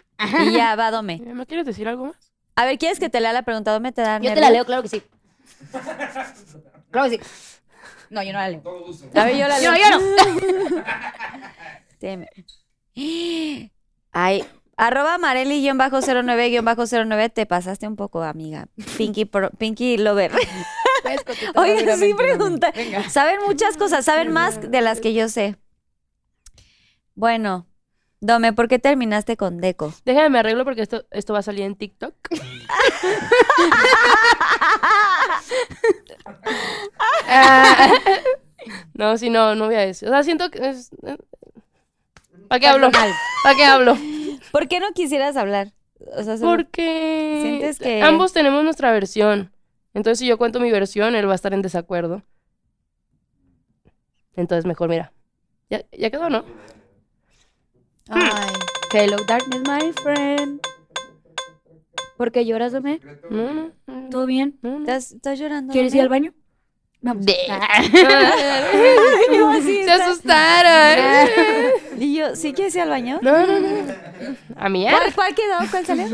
B: Y ya, va, Dome.
D: ¿Me quieres decir algo más?
B: A ver, ¿quieres que te lea la pregunta? Dome te da
E: Yo te
B: nervio?
E: la leo, claro que sí. Claro que sí. No, yo no la leo.
B: A ver, yo la leo.
E: Yo no, yo no.
B: Teme. Ay, arroba Marely-09-09, te pasaste un poco, amiga. Pinky, pro- Pinky Lover.
E: Puedes contestar
B: Oigan, sí
E: rápidamente, Dame.
B: pregunta.
E: Venga.
B: Saben muchas cosas, saben más de las que yo sé. Bueno, Dome, ¿por qué terminaste con Deco?
D: Déjame me arreglo porque esto, esto va a salir en TikTok. Ah. no, si no, no voy a decir. O sea, siento que es- ¿Para qué hablo? ¿Para qué hablo?
B: ¿Por qué no quisieras hablar? O sea, solo-
D: Porque
B: ¿Sientes que-
D: ambos tenemos nuestra versión. Entonces, si yo cuento mi versión, él va a estar en desacuerdo. Entonces, mejor, mira. Ya, ya quedó, ¿no?
E: Ay. Hello, darkness, my friend. ¿Por qué lloras, Dome?
D: No, no, no,
E: ¿Todo bien?
D: no, no.
B: ¿Estás, estás llorando?
E: ¿Quieres
B: Dome?
E: ir al baño? Ah. Vamos.
B: Yo así,
D: Se
B: estás-
D: asustaron.
B: Y yo, ¿sí quieres ir al baño?
D: No, no, no. A mí, ¿eh?
B: ¿Cuál, cuál quedó? ¿Cuál salió?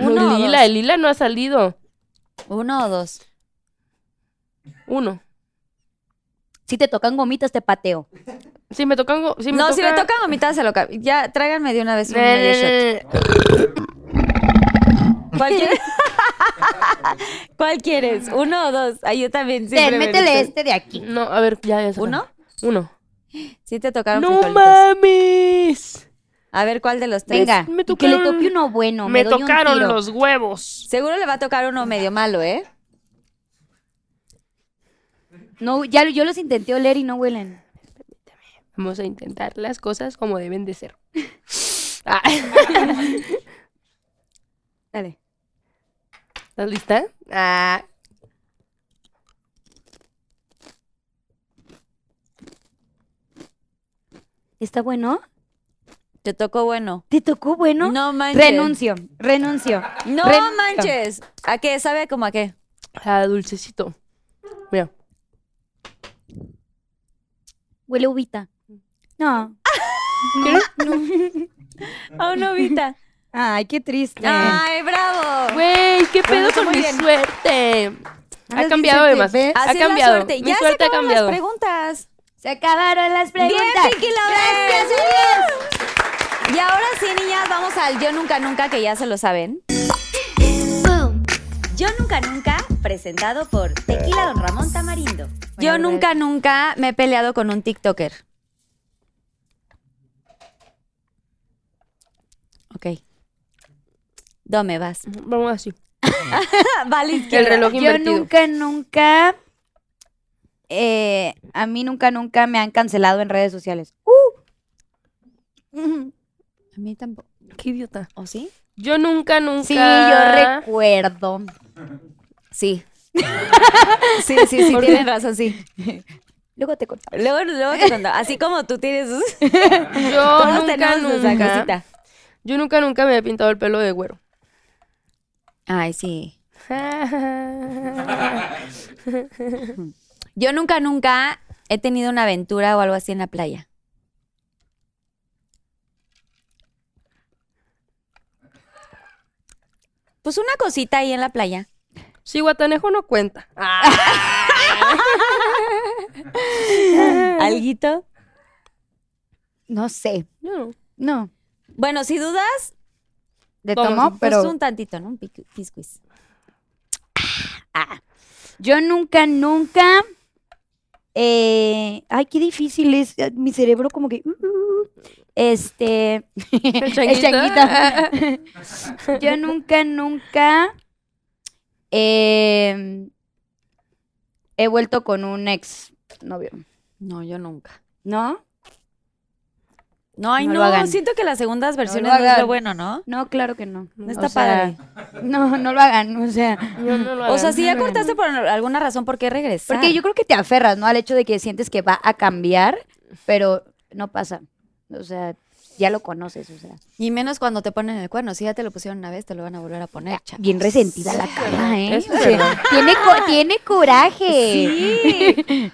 B: Uno o
D: Lila,
B: dos.
D: el Lila no ha salido.
B: Uno o dos.
D: Uno.
E: Si te tocan gomitas, te pateo.
D: Si me tocan. go- Si me
B: no,
D: toca...
B: si me tocan gomitas, se lo cambio. Ya, tráiganme de una vez un medio shot.
D: Eh,
B: ¿Cuál quieres? ¿Cuál quieres? ¿Uno o dos? Ay, yo también.
F: Ten,
B: siempre me
F: métele
B: meto.
F: este de aquí.
D: No, a ver, ya, ya. se
B: ¿Uno?
D: acabó. Uno.
B: Sí te tocaron
D: ¡No
B: frijolitos.
D: mames!
B: A ver, ¿cuál de los tres?
E: Venga,
D: Me
E: y que le
D: tocaron-
E: toque uno bueno.
D: me
E: me doy un
D: tocaron
E: tiro.
D: los huevos.
B: Seguro le va a tocar uno medio malo, ¿eh?
E: No, ya yo los intenté oler y no huelen.
D: Vamos a intentar las cosas como deben de ser. Ah.
E: Dale.
D: ¿Estás lista? Ah.
E: ¿Está bueno?
B: Te tocó bueno.
E: ¿Te tocó bueno?
B: No, manches.
E: renuncio, renuncio.
B: No
E: Renuncio.
B: manches. ¿A qué? ¿Sabe como a qué?
D: Ah, dulcecito. Mira.
E: Huele uvita. No.
B: A una ovita.
E: Ay, qué triste.
B: ¡Ay, bravo!
D: Güey, qué
B: Ah. Bueno,
D: pedo
B: está
D: con
B: muy
D: mi
B: bien.
D: suerte.
E: Andas
D: Ha cambiado
E: bien
D: además.
E: suerte, ¿ves?
D: Ha
B: Así es la
D: cambiado.
B: suerte.
D: Mi
B: Ya se
D: suerte ha
B: acabaron
D: cambiado.
B: las preguntas.
E: Se acabaron las preguntas.
B: Bien, Pinky Lovers. Y ahora sí, niñas, vamos al Yo Nunca Nunca, que ya se lo saben.
C: Yo nunca nunca, presentado por Tequila Don Ramón Tamarindo.
B: Yo nunca, nunca me he peleado con un TikToker. Ok. Dome, vas.
D: Vamos así.
B: vale,
D: El
B: izquierda.
D: reloj
E: Yo
D: invertido.
E: nunca, nunca. eh, a mí nunca, nunca me han cancelado en redes sociales. Uh.
B: A mí tampoco.
D: Qué idiota.
B: ¿O sí?
D: Yo nunca, nunca.
E: Sí, yo recuerdo.
B: Sí. sí, sí, sí, tienes razón, sí.
E: Luego te contaba.
B: Luego, luego te conto. Así como tú tienes. sus-
D: Yo
B: Todos
D: nunca,
B: tenemos nuestra
D: nunca.
B: cosita.
D: Yo nunca, nunca me he pintado el pelo de güero.
B: Ay, sí. Yo nunca, nunca he tenido una aventura o algo así en la playa. Pues una cosita ahí en la playa.
D: Si Guatanejo no cuenta.
E: Mm.
B: ¿Alguito?
E: No sé.
D: Yo no.
E: No.
B: Bueno, si dudas,
E: De
D: Vamos,
E: tomo,
B: pues
E: pero.
B: un tantito, ¿no? Un picu- piscuis.
E: Yo nunca, nunca. eh, ay, qué difícil es. eh, Mi cerebro como que. uh, uh, uh. este. El
D: changuito.
E: changuito. Yo nunca, nunca. eh, he vuelto con un ex novio.
B: No, yo nunca.
E: ¿No?
B: No, ay,
E: No
B: no.
E: lo hagan.
B: Siento que las segundas versiones no,
E: lo
B: es lo
E: hagan.
B: bueno, ¿no?
E: No, claro que no.
B: No está
E: O sea,
B: padre.
E: No, no lo hagan. O sea.
D: Yo no lo
B: O sea,
D: hagan.
B: si ya cortaste por alguna razón, ¿por qué regresar?
E: Porque yo creo que te aferras, ¿no? Al hecho de que sientes que va a cambiar, pero no pasa. O sea, ya lo conoces, o sea.
B: Y menos cuando te ponen el cuerno. Si ya te lo pusieron una vez, te lo van a volver a poner, chavos.
E: Bien resentida la cara, ¿eh?
D: Eso
E: O
D: es
E: sea,
D: verdad.
E: tiene, co- tiene coraje.
B: Sí.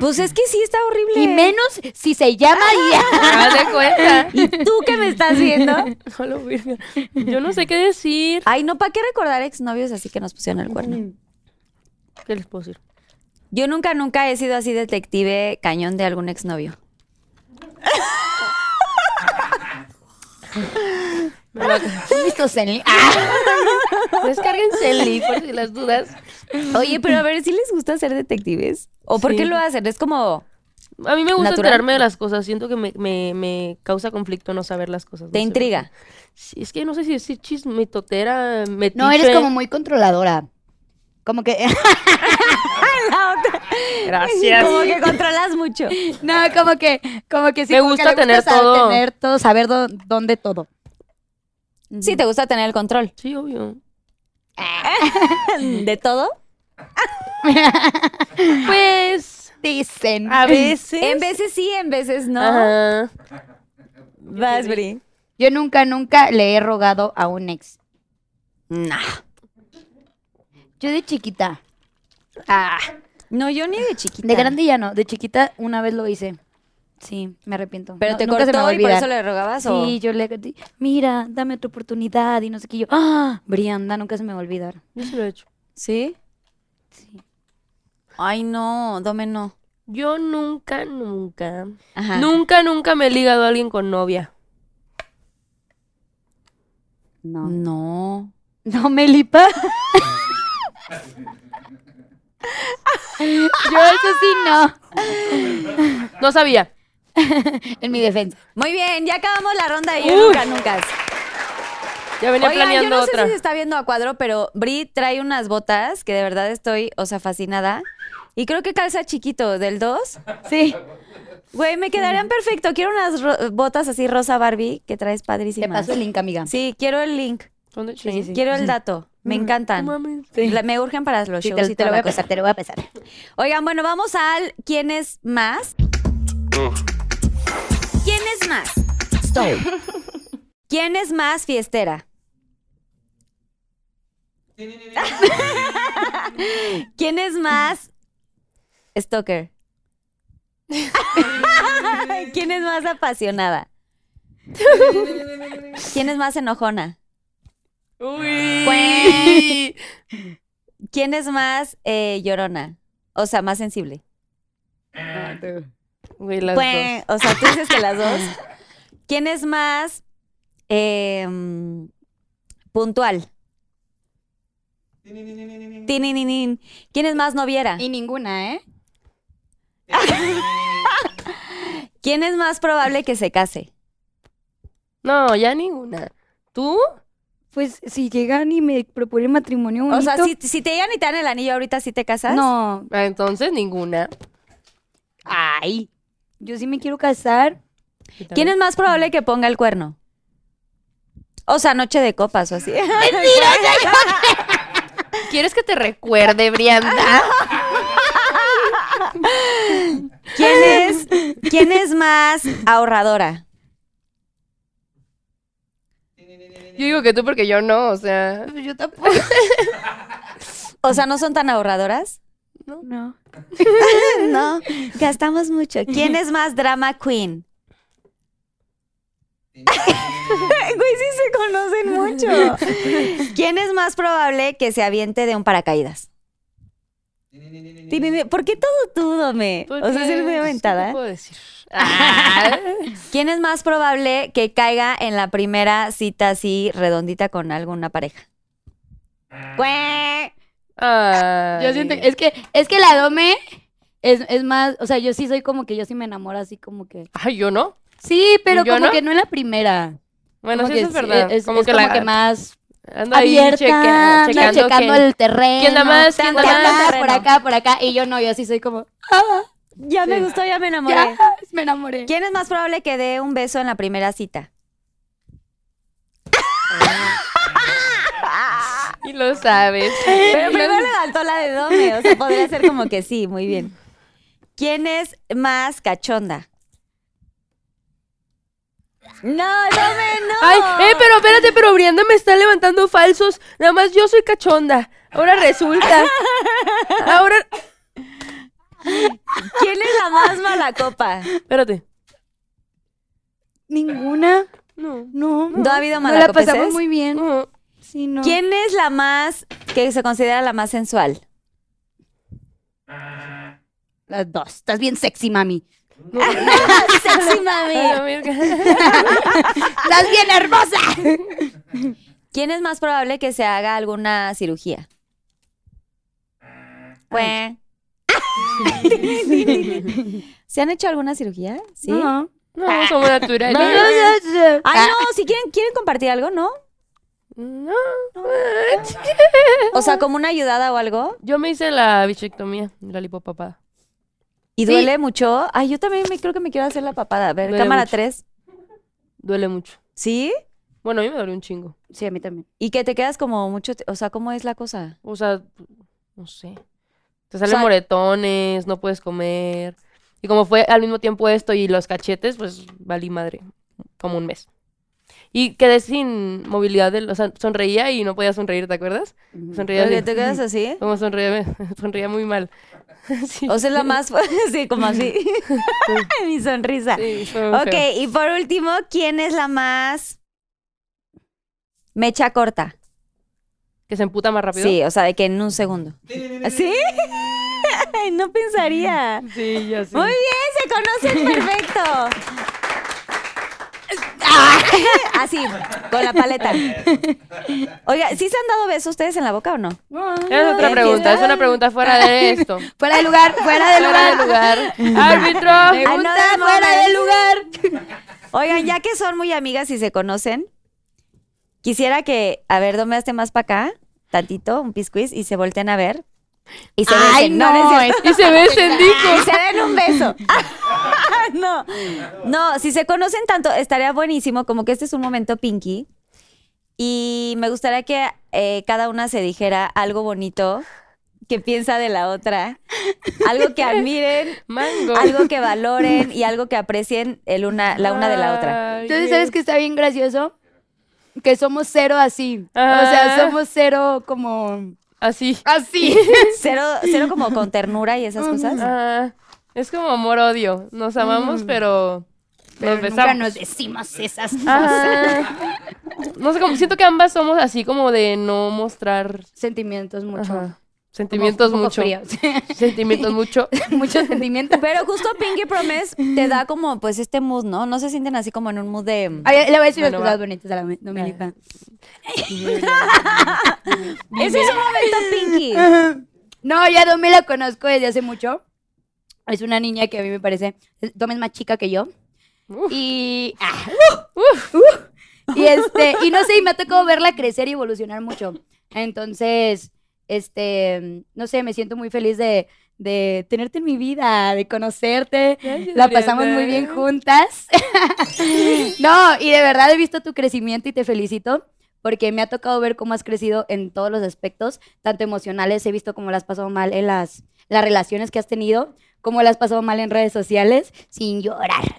B: pues es que sí está horrible.
E: Y menos si se llama Diana.
D: Haz de cuenta.
B: ¿Y tú qué me estás viendo?
D: Hola, virga. Yo no sé qué decir.
B: Ay, no, ¿para qué recordar exnovios así que nos pusieron el cuerno?
D: ¿Qué les puedo decir?
B: Yo nunca, nunca he sido así detective cañón de algún exnovio.
E: Listos en li- ¡Ah!
D: Descárguense el link por si las dudas.
B: Oye, pero a ver, ¿sí les gusta ser detectives? ¿O por
D: Sí.
B: qué lo hacen? Es como,
D: A mí me gusta
B: Natural.
D: enterarme de las cosas. Siento que me, me, me causa conflicto no saber las cosas. no
B: te
D: sé por qué.
B: intriga.
D: Sí, es que no sé si decir chismitotera, metiche.
E: No, eres como muy controladora. Como que.
D: Gracias.
B: Como que controlas mucho.
E: No, como que. Como que sí.
D: Me
E: como que
D: gusta
E: le
D: tener
E: sa-
D: todo.
E: tener todo, saber dó- dónde todo.
B: Sí, te gusta tener el control.
D: Sí, obvio.
B: ¿De todo?
D: Pues,
E: Dicen.
D: a veces.
B: En veces sí, en veces no.
D: Ajá.
B: Vas, Bri.
E: Yo nunca, nunca le he rogado a un ex.
B: Nah.
E: Yo de chiquita.
B: No, yo ni de chiquita.
E: De grande ya no. De chiquita una vez lo hice. Sí, me arrepiento.
B: Pero
E: No-
B: te
E: nunca se me va
B: cortó
E: a
B: y por
E: olvidar.
B: eso le rogabas o.
E: Sí, yo le di, mira, dame tu oportunidad y no sé qué. y Yo, ah, Brianda, nunca se me va a olvidar.
D: Yo sí lo he hecho.
B: ¿Sí?
E: Sí.
B: Ay, no, Dome no.
D: Yo nunca, nunca.
B: Ajá.
D: Nunca, nunca me he ligado a alguien con novia.
E: No.
B: No.
E: No, Melipa. yo eso sí no.
D: No sabía.
E: En mi defensa.
B: Muy bien, ya acabamos la ronda de yo
D: Uy.
B: nunca, nunca.
D: Ya venía
B: Oigan, yo
D: planeando
B: no
D: otra.
B: sé si se está viendo a cuadro, pero Bri trae unas botas que de verdad estoy, o sea, fascinada. Y creo que calza chiquito, del 2.
E: Sí.
B: Güey, me quedarían perfecto. Quiero unas ro- botas así rosa Barbie que traes
E: Te
B: padrísimas.
E: paso el link, amiga.
B: Sí, quiero el link.
D: ¿Dónde chingas?
B: Quiero el dato. Me encantan.
D: No mames.
B: La- me urgen para los
E: Sí,
B: shows
E: te,
B: y
E: te
B: toda
E: lo voy
B: la
E: a
B: cosa.
E: pesar, te lo voy a pesar.
B: Oigan, bueno, vamos al ¿Quién es más?
C: ¿Quién es más?
B: ¿Quién es más fiestera? ¿Quién es más stalker? ¿Quién es más apasionada? ¿Quién es más enojona? Pues,
D: Uy.
B: ¿Quién es más eh, llorona? O sea, más sensible.
D: Güey, las
B: Pues,
D: dos.
B: o sea, tú dices que las dos. ¿Quién es más em, puntual? Tinininin. ¿Quién es más noviera?
E: Y ninguna, ¿eh?
B: ¿Quién es más probable que se case?
D: No, ya ninguna. ¿Tú?
E: Pues si llegan y me proponen matrimonio
B: O sea,
E: bonito,
B: si, si te llegan y te dan el anillo ahorita, ¿sí te casas?
E: No,
D: Ah, Entonces ninguna.
E: ay, yo sí me quiero casar.
B: ¿Quién es más probable que ponga el cuerno? O sea, noche de copas o así.
D: ¿Quieres que te recuerde, Brianda?
B: ¿Quién es, ¿Quién es más ahorradora?
D: Yo digo que tú porque yo no, o sea.
E: Yo tampoco.
B: O sea, ¿no son tan ahorradoras?
E: No.
B: No, gastamos mucho. ¿Quién es más drama queen? Güey, sí se conocen mucho. ¿Quién es más probable que se aviente de un paracaídas? Tinini- ¿Por qué todo tú, Dome? O sea,
D: Porque,
B: ser muy
D: pues, ¿qué te
B: aventada.
D: puedo decir? Ah.
B: ¿Quién es más probable que caiga en la primera cita así redondita con alguna pareja?
E: Ah.
B: ¡Cue!
D: Ay.
E: Yo siento, es que, es que la Dome es, es más, o sea, yo sí soy como que yo sí me enamoro así como que.
D: Ay, Ah, yo no.
E: Sí, pero
D: ¿Yo
E: como
D: no?
E: que no en la primera.
D: Bueno,
E: Como
D: sí,
E: que
D: eso es
E: sí,
D: verdad.
E: Es, es
D: como que la
E: más
D: ando ahí
E: abierta,
D: chequea-
E: anda
D: checando,
E: checando
D: que-
E: el terreno.
D: ¿Quién da más? Ah, ¿Quién da
E: Por
D: más?
E: acá, por acá, por acá. Y yo no, yo sí soy como,
B: Ya me gustó, ya me enamoré.
E: ya, me enamoré.
B: ¿Quién es más probable que dé un beso en la primera cita?
D: Y lo sabes.
B: Pero primero le faltó la de Dome, o sea, podría ser como que sí, muy bien. ¿Quién es más cachonda? No, Dome, no.
D: Ay, eh, pero espérate, pero Brianda me está levantando falsos. Nada más yo soy cachonda. Ahora resulta. Ahora.
B: ¿Quién es la más mala copa?
D: Espérate.
E: Ninguna,
D: No.
E: no.
B: No ha habido
E: No la
B: malacopeses.
E: pasamos muy bien.
D: No.
E: Sí, no.
B: ¿Quién es la más que se considera la más sensual?
E: Las dos. Estás bien sexy, mami.
B: Sexy mami.
D: Ay, amiga.
E: Estás bien hermosa.
B: ¿Quién es más probable que se haga alguna cirugía? Pues. ¿Se han hecho alguna cirugía? Sí.
E: No.
D: No, Ah. somos naturales.
E: Ah. No, no, no, no.
B: Ay, no, si quieren, quieren compartir algo, ¿no?
D: No.
B: O sea, como una ayudada o algo.
D: Yo me hice la bichectomía, la lipopapada.
B: Y duele mucho. Ay, yo también me, creo que me quiero hacer la papada. A ver,
D: Duele
B: cámara
D: mucho.
B: 3.
D: Duele mucho.
B: ¿Sí?
D: Bueno, a mí me dolió un chingo.
E: Sí, a mí también.
B: Y que te quedas como mucho. t- O sea, ¿cómo es la cosa?
D: O sea, no sé. Te salen
B: sea-
D: moretones, no puedes comer. Y como fue al mismo tiempo esto y los cachetes, pues valí madre. Como un mes. Y quedé sin movilidad. del- o sea, sonreía y no podía sonreír, ¿te acuerdas? Sonreía
B: Porque
D: así,
B: te quedas así.
D: Como sonreía, sonreía muy mal. Sí.
B: O sea, es la más. sí, como así. Mi sonrisa.
D: Sí, fue muy
B: ok,
D: feo.
B: y por último, ¿quién es la más. mecha corta?
D: Que se emputa más rápido.
B: Sí, o sea, de que en un segundo. ¿Sí? Ay, no pensaría.
D: Sí, yo sí.
B: Muy bien, se conocen perfecto. Ah, Así, con la paleta. Oiga, ¿sí se han dado besos ustedes en la boca o no?
D: Es otra pregunta, es una pregunta fuera de esto.
G: Fuera
E: Ah.
G: de lugar, fuera de
D: Fuera de
G: lugar.
D: lugar. Árbitro.
B: Ay, no,
G: Pregunta
B: de
G: fuera
B: momento.
G: de lugar.
B: Oigan, ya que son muy amigas y se conocen, quisiera que, a ver, domeaste más para acá, tantito, un piscuis, y se volteen a ver. Y se
G: Ay,
B: besen.
G: no,
B: es cierto.
G: es-
D: Y se besen,
B: Y
D: dijo.
B: se den un beso. no, no, si se conocen tanto, estaría buenísimo, como que este es un momento pinky. Y me gustaría que eh, cada una se dijera algo bonito que piensa de la otra, algo que admiren,
D: Mango.
B: algo que valoren y algo que aprecien el una, la una de la otra.
D: Ay,
E: Entonces, ¿sabes que está bien gracioso? Que somos cero así. O sea,
D: Ajá.
E: somos cero como...
D: Así.
E: Así.
B: Cero, cero como con ternura y esas cosas.
D: Ah, es como amor-odio. Nos amamos, pero.
E: Mm. Pero
D: nos
E: nunca
D: besamos.
E: nos decimos esas
D: Ajá. No sé, como siento que ambas somos así como de no mostrar
E: sentimientos mucho.
D: ajá, sentimientos
E: Como un
D: mucho.
E: poco fríos.
D: Sentimientos mucho.
E: Muchos sentimientos.
B: Pero justo Pinky Promise te da como pues este mood, ¿no? No se sienten así como en un mood de...
E: A ver, le voy a decir
D: Bueno,
E: unas
D: va.
E: cosas bonitas a la Dominipa.
B: Ese es un momento Pinky.
E: No, ya Domi la conozco desde hace mucho. Es una niña que a mí me parece. Domi es más chica que yo.
D: Uf.
E: Y. ah, uh, y este. Y no sé, y me ha tocado verla crecer y evolucionar mucho. Entonces, este. No sé, me siento muy feliz de, de tenerte en mi vida, de conocerte.
D: Gracias,
E: La pasamos muy bien
D: Mariana.
E: juntas. no, y de verdad he visto tu crecimiento y te felicito porque me ha tocado ver cómo has crecido en todos los aspectos, tanto emocionales, he visto cómo las has pasado mal en las, las relaciones que has tenido, cómo las has pasado mal en redes sociales, sin llorar.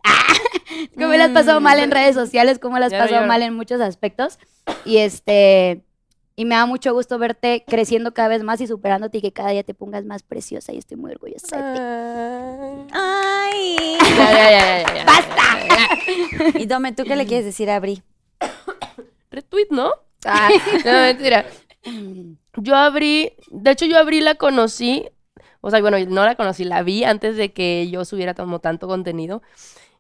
E: cómo las has pasado mal en redes sociales, cómo las
D: Ya
E: has
D: no
E: pasado
D: lloro.
E: mal en muchos aspectos. Y este... Y me da mucho gusto verte creciendo cada vez más y superándote y que cada día te pongas más preciosa y estoy muy orgullosa de
D: Ah,
E: ti.
D: Ay.
B: Ay.
D: Ya, ya, ya, ya, ya.
B: Y Dome, ¿tú qué le quieres decir a Bri?
D: Retweet, ¿no? Ah, No, mentira. Yo abrí, de hecho yo abrí, la conocí, o sea, bueno, no la conocí, la vi antes de que yo subiera como tanto contenido.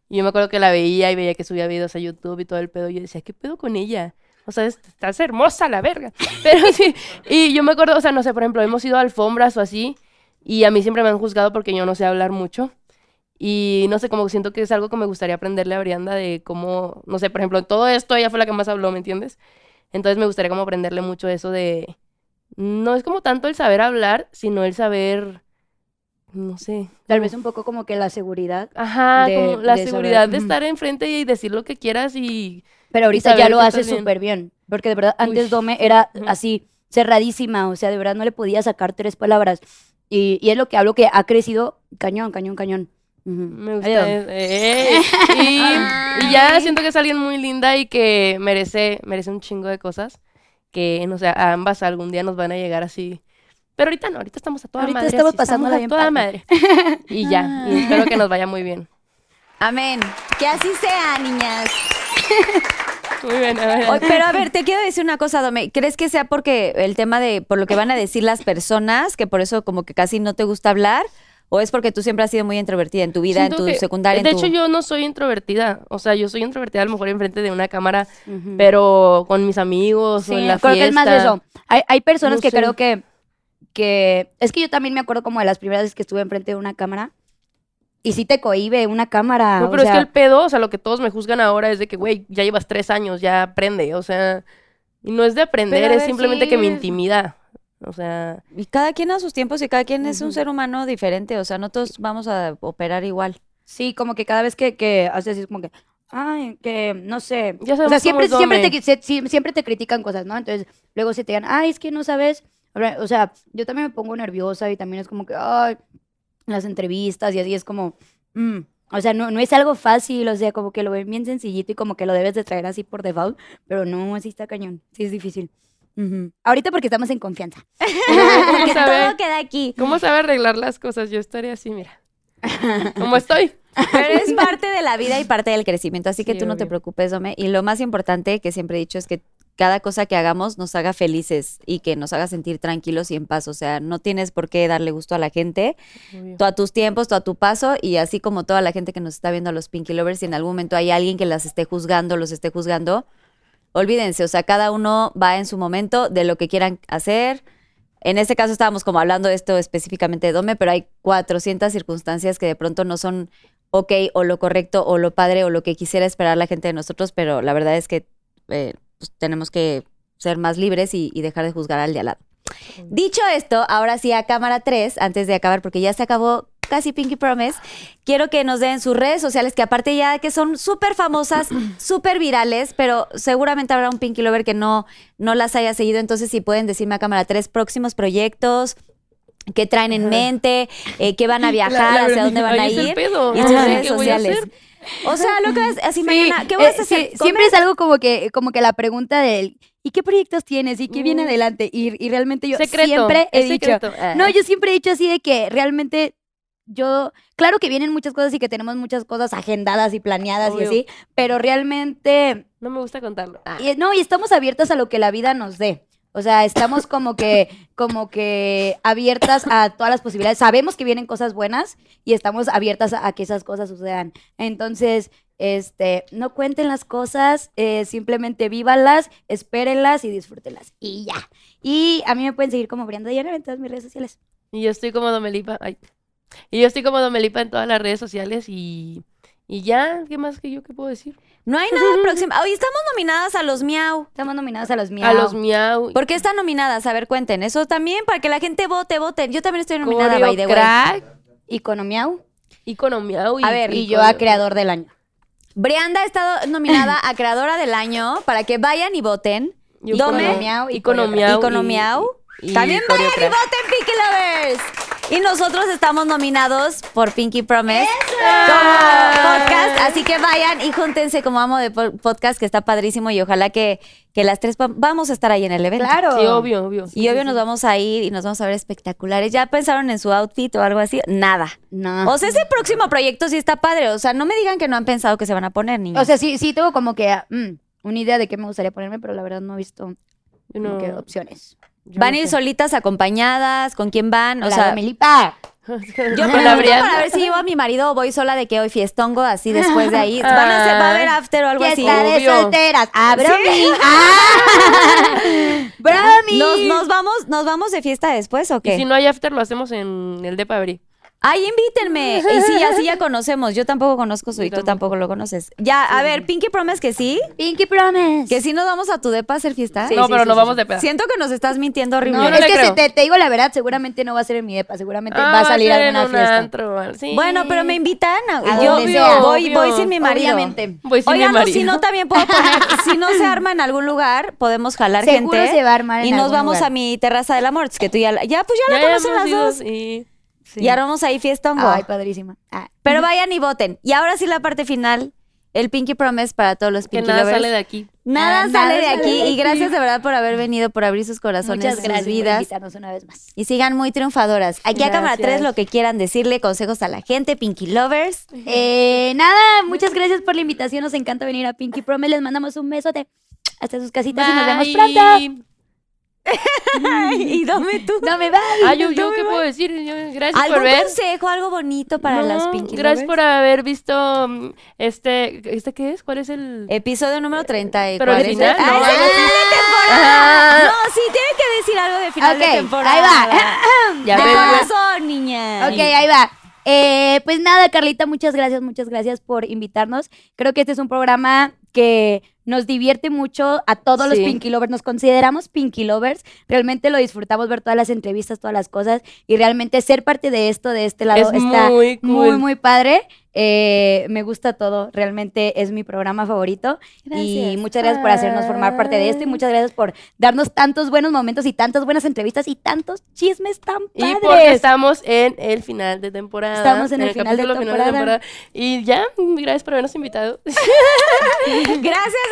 D: Y yo me acuerdo que la veía y veía que subía videos a YouTube y todo el pedo. Y yo decía, ¿qué pedo con ella? O sea, es- estás hermosa la verga. Pero sí, y yo me acuerdo, o sea, no sé, por ejemplo, hemos ido a alfombras o así. Y a mí siempre me han juzgado porque yo no sé hablar mucho. Y no sé, como siento que es algo que me gustaría aprenderle a Brianda de cómo, no sé, por ejemplo, todo esto ella fue la que más habló, ¿me entiendes? Entonces me gustaría como aprenderle mucho eso de, no es como tanto el saber hablar, sino el saber, no sé,
E: Tal vez un poco como que la seguridad.
D: ajá,
E: de-
D: como la
E: de saber,
D: seguridad de
E: ujú.
D: estar enfrente y decir lo que quieras y,
E: Pero ahorita
D: saber
E: ya lo
D: que
E: hace
D: estás bien.
E: súper bien. Porque de verdad, antes
D: Uy.
E: Dome era
D: Ujú.
E: así, cerradísima. O sea, de verdad no le podía sacar tres palabras. Y, y es lo que hablo que ha crecido cañón, cañón, cañón. Ujú.
D: me
E: Adiós.
D: gusta. eso. ¡Ey! Y, y ya siento que es alguien muy linda y que merece, merece un chingo de cosas que, no sé, a ambas algún día nos van a llegar así. Pero ahorita no, ahorita estamos a toda
E: Ahorita
D: madre.
E: estamos
D: así,
E: pasándola
D: a
E: bien
D: toda
E: padre. Ah.
D: madre. Y ya, y espero que nos vaya muy bien.
B: Amén. Que así sea, niñas.
D: Muy bien, a ver.
B: Oye, pero a ver, te quiero decir una cosa, Dome. ¿Crees que sea porque el tema de, por lo que van a decir las personas, que por eso como que casi no te gusta hablar? ¿O es porque tú siempre has sido muy introvertida en tu vida,
D: Siento
B: en tu
D: que-
B: secundaria? en
D: De
B: tu-
D: hecho, yo no soy introvertida. O sea, yo soy introvertida a lo mejor enfrente de una cámara,
E: Ujú.
D: pero con mis amigos o en la
E: Mm. creo
D: fiesta.
E: que es más eso. Hay, hay personas
D: No
E: que
D: sé.
E: creo que, que... Es que yo también me acuerdo como de las primeras veces que estuve enfrente de una cámara. Y sí te cohíbe una cámara.
D: No,
E: Ah, o
D: pero es
E: sea,
D: que el pedo, o sea, lo que todos me juzgan ahora es de que, güey, ya llevas tres años, ya aprende. O sea, y no es de aprender, Pero a es ver, simplemente sí que me es- intimida. O sea,
B: Y cada quien a sus tiempos y cada quien es un
D: Ujú.
B: ser humano diferente. O sea, no todos vamos a operar igual.
E: Sí, como que cada vez que, que haces así, es como que, ay, que no sé.
D: Ya sabemos
E: o sea,
D: cómo
E: siempre,
D: es
E: siempre, te,
D: Dome.
E: cri- se- si- siempre te critican cosas, ¿no? Entonces, luego se te digan, ay, es que no sabes. habla- O sea, yo también me pongo nerviosa y también es como que, ay, las entrevistas y así es como, mm, O sea, no, no es algo fácil, o sea, como que lo ven bien sencillito y como que lo debes de traer así por default, pero no, así está cañón, sí es difícil. Ujú. Ahorita porque estamos en confianza.
B: Porque
D: sabe?
B: todo queda aquí.
D: ¿Cómo sabe arreglar las cosas? Yo estaría así, mira. ¿Cómo estoy?
B: Pero es parte de la vida y parte del crecimiento, así que
D: Sí,
B: tú no te
D: obvio.
B: preocupes, Dome. Y lo más importante que siempre he dicho es que cada cosa que hagamos nos haga felices y que nos haga sentir tranquilos y en paz. O sea, no tienes por qué darle gusto a la gente, tú a tus tiempos, tú a tu paso y así como toda la gente que nos está viendo a los Pinky Lovers, si en algún momento hay alguien que las esté juzgando, los esté juzgando, olvídense, o sea, cada uno va en su momento de lo que quieran hacer. En este caso estábamos como hablando de esto específicamente de Dome, pero hay 400 circunstancias que de pronto no son ok o lo correcto o lo padre o lo que quisiera esperar la gente de nosotros, pero la verdad es que eh, pues, tenemos que ser más libres y, y dejar de juzgar al de al lado. Dicho esto, ahora sí a cámara 3, antes de acabar, porque ya se acabó casi Pinky Promise, quiero que nos den sus redes sociales, que aparte ya que son súper famosas, súper virales, pero seguramente habrá un Pinky Lover que no, no las haya seguido, entonces si pueden decirme a cámara 3 próximos proyectos, qué traen en mente, eh, qué van a viajar, hacia dónde van a
D: Ahí es el
B: ir
D: pedo.
B: y
D: No
B: sus
D: sé
B: redes
D: qué voy a
B: sociales.
D: hacer.
B: O sea, lo que vas así mañana, ¿qué
E: Eh,
B: vas a hacer?
E: sí, siempre es algo como que, como que la pregunta del ¿y qué proyectos tienes? ¿Y qué viene
D: Mm.
E: adelante? Y, y realmente yo
D: Secreto,
E: siempre he
D: es
E: dicho.
D: secreto. Ah.
E: No, yo siempre he dicho así de que realmente yo, claro que vienen muchas cosas y que tenemos muchas cosas agendadas y planeadas y
D: Obvio.
E: así, pero realmente,
D: No me gusta contarlo.
E: y- no, y estamos abiertas a lo que la vida nos dé. O sea, estamos como que, como que abiertas a todas las posibilidades. Sabemos que vienen cosas buenas y estamos abiertas a, a que esas cosas sucedan. Entonces, este, no cuenten las cosas, eh, simplemente vívalas, espérenlas y disfrútenlas. Y ya. Y a mí me pueden seguir como Brianda Diana en todas mis redes sociales.
D: Y yo estoy como Domelipa. ay. Y yo estoy como Domelipa en todas las redes sociales y, y ya, ¿qué más que yo qué puedo decir?
B: No hay nada próximo. Hoy estamos nominadas a los Miau.
E: Estamos nominados a los míos.
D: A los miau.
B: ¿Por qué están nominadas? A ver, cuenten. Eso también, para que la gente vote, vote. Yo también estoy nominada,
D: Coreo
B: by the way.
D: Crack,
E: Economiau
D: Icono miau. y-
B: A ver,
E: y yo a creador del año.
B: Brianda ha estado nominada a Creadora del Año, para que vayan y voten.
D: y
B: Dome.
E: Economiau y
D: Icono
E: Coreo
D: miau. y-
B: Economiau.
D: y
B: También vayan
D: Coreo
B: y
D: Crack.
B: voten, Pinky Lovers. Y nosotros estamos nominados por Pinky Promise como podcast. Así que vayan y júntense como amo de po- podcast, que está padrísimo. Y ojalá que, que las tres va- vamos a estar ahí en el evento.
E: Claro.
D: Sí, obvio, obvio.
B: Y obvio nos vamos a ir y nos vamos a ver espectaculares. ¿Ya pensaron en su outfit o algo así? Nada.
E: No.
D: Ah.
B: O sea, ese próximo proyecto sí está padre. O sea, no me digan que no han pensado que se van a poner, niños.
E: O sea, sí, sí tengo como que ah, mm, una idea de qué me gustaría ponerme, pero la verdad no he visto
D: Yo
E: como
D: no-
E: que
D: yo
E: opciones.
D: no
B: ¿Van a ir
D: sé.
B: solitas, acompañadas? ¿Con quién van? O
E: la
B: sea,
E: Domelipa.
B: yo
D: Con la
B: pregunto
D: Brianda.
B: para ver si llevo a mi marido o voy sola de que hoy fiestongo, así después de ahí. ¿Van a ser, va a
D: Ah.
B: haber after o algo así?
E: Fiesta de
D: Obvio.
E: solteras. ¡Ah, bromi! ¡Ah! ¡Bromi!
B: ¿Nos, nos vamos, ¿Nos vamos de fiesta después o
D: Y
B: qué?
D: si no hay after, lo hacemos en el de Pabri.
B: ¡Ay, invítenme! Y sí, así ya conocemos. Yo tampoco conozco su y tú tampoco lo conoces. Ya, a ver, Pinky Promise que sí.
E: Pinky Promise.
B: Que sí nos vamos a tu depa a hacer fiesta.
D: no, pero nos vamos de peda.
B: Siento que nos estás mintiendo horrible.
D: No, no
E: es
D: le
E: que
D: creo.
E: si te, te digo la verdad, seguramente no va a ser en mi depa, seguramente
D: Ah,
E: va a salir
D: ser en
E: alguna
D: un
E: fiesta.
D: antro, sí.
B: Bueno, pero me invitan. a-
E: A
B: yo
E: donde sea.
B: voy,
D: Obvio.
B: voy sin mi marido.
E: Obviamente.
D: Voy Pues sin mi
B: Oigan, no, si
D: marido.
B: no también puedo poner, si no se arma en algún lugar, podemos jalar
E: Seguro
B: gente.
E: se va a armar en
B: y nos
E: algún
B: vamos
E: lugar.
B: a mi terraza de la Morts, que tú ya, la- ya pues ya la
D: Ya
B: conocen
D: hemos
B: las
D: ido,
B: dos.
D: sí.
B: Y armamos ahí fiestongo.
E: Ay, padrísima. Ah.
B: pero vayan y voten. Y ahora sí la parte final, el Pinky Promise para todos los
D: Que
B: Pinky
D: nada
B: lovers.
D: sale de aquí.
B: Nada
E: Ah, nada
B: sale de
E: sale
B: aquí.
E: de
B: Y gracias de verdad por haber venido, por abrir sus corazones,
E: Muchas
B: sus
E: gracias por
B: vidas.
E: invitarnos una vez más.
B: Y sigan muy triunfadoras. Aquí a cámara 3
D: Gracias.
B: lo que quieran decirle, consejos a la gente, Pinky Lovers.
E: Eh, nada, muchas gracias por la invitación. Nos encanta venir a Pinky Promise. Les mandamos un besote hasta
B: Pues
E: sus casitas y nos vemos
D: Bye.
E: pronto.
B: y dame tú.
E: No me vayas.
D: Ah, yo, yo qué puedo decir. Yo- gracias
B: ¿Algún
D: por ver.
B: consejo, algo bonito para
D: No,
B: las Pinky
D: Gracias
B: Lovers?
D: por haber visto mm, este. ¿Este qué es? ¿Cuál es el.?
B: Episodio número 30 y
D: Pero al
B: 40.
D: final,
B: ¡Ah,
D: no,
B: es el final
D: algo así.
B: de
D: Ah.
B: temporada! No, sí, tiene que decir algo de final
E: Ok,
B: de
E: ahí
B: temporada.
E: va.
D: Ya
B: De
D: ves, güey.
B: corazón, niña.
E: Ok, ahí va. Eh, pues nada, Carlita, muchas gracias, muchas gracias por invitarnos. Creo que este es un programa que nos divierte mucho a todos los
D: Sí.
E: Pinky Lovers. Nos consideramos Pinky Lovers. Realmente lo disfrutamos ver todas las entrevistas, todas las cosas y realmente ser parte de esto, de este lado,
D: Es
E: está
D: muy cool.
E: muy, muy padre. Eh, me gusta todo, realmente es mi programa favorito. Y muchas gracias por hacernos formar parte de esto y muchas gracias por darnos tantos buenos momentos y tantas buenas entrevistas y tantos chismes tan
D: Y
E: padres.
D: porque estamos en el final de temporada.
E: Estamos en el final de
D: capítulo
E: temporada.
D: Y ya, gracias por habernos invitado.
B: Gracias,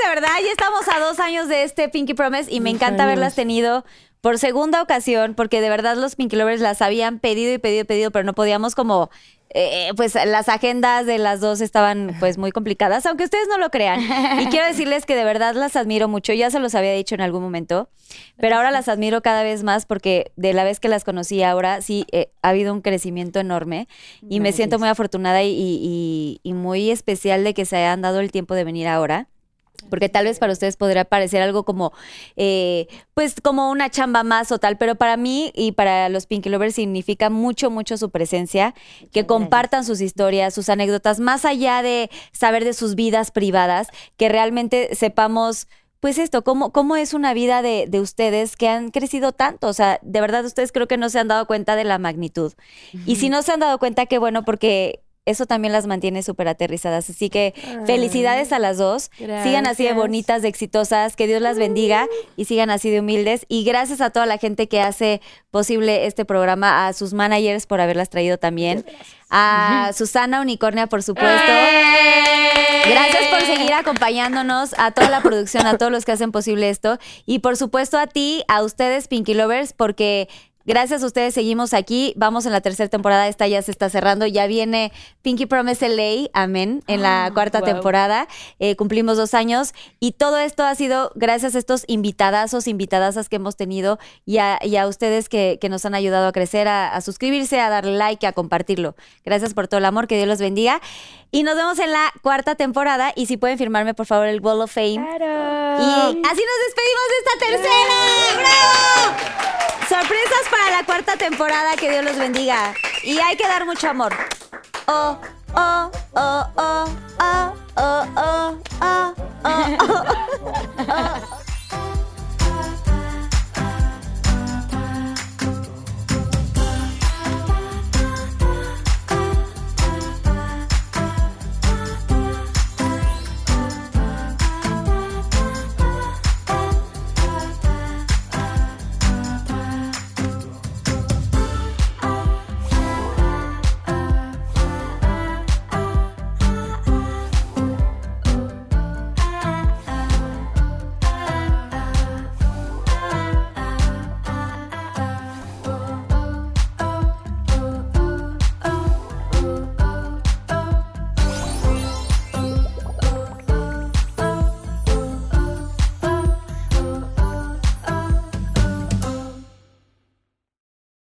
B: de verdad. Ya estamos a dos años de este Pinky Promise y me encanta haberlas tenido por segunda ocasión, porque de verdad los Pinky Lovers las habían pedido y pedido y pedido, pero no podíamos como... eh, pues las agendas de las dos estaban pues muy complicadas, aunque ustedes no lo crean. Y quiero decirles que de verdad las admiro mucho, ya se los había dicho en algún momento, pero ahora las admiro cada vez más porque de la vez que las conocí ahora sí eh, ha habido un crecimiento enorme y me siento muy afortunada y, y- y muy especial de que se hayan dado el tiempo de venir ahora. Porque tal vez para ustedes podría parecer algo como, eh, pues como una chamba más o tal, pero para mí y para los Pinky Lovers significa mucho, mucho su presencia, que compartan sus historias, sus anécdotas, más allá de saber de sus vidas privadas, que realmente sepamos, pues esto, cómo, cómo es una vida de, de ustedes que han crecido tanto. O sea, de verdad ustedes creo que no se han dado cuenta de la magnitud. Y si no se han dado cuenta, qué bueno, porque... Eso también las mantiene súper aterrizadas. Así que felicidades a las dos. Sigan así de
D: Gracias.
B: bonitas, de exitosas, que Dios las bendiga y sigan así de humildes. Y gracias a toda la gente que hace posible este programa, a sus managers por haberlas traído también, a Susana Unicornia, por supuesto.
D: ¡Eh!
B: Gracias por seguir acompañándonos, a toda la producción, a todos los que hacen posible esto y por supuesto a ti, a ustedes, Pinky Lovers, porque... Gracias a ustedes, seguimos aquí. Vamos en la tercera temporada. Esta ya se está cerrando. Ya viene Pinky Promise LA, amén, en la cuarta temporada. Eh, cumplimos dos años y todo esto ha sido gracias a estos invitadazos, invitadazas que hemos tenido y a, y a ustedes que, que nos han ayudado a crecer, a, a suscribirse, a darle like, a compartirlo. Gracias por todo el amor, que Dios los bendiga. Y nos vemos en la cuarta temporada y si pueden firmarme por favor el Wall of Fame. Y así nos despedimos de esta tercera. ¡Bravo! Sorpresas para la cuarta temporada, que Dios los bendiga. Y hay que dar mucho amor. Oh, oh, oh, oh, oh, oh, oh, oh, oh, oh, oh.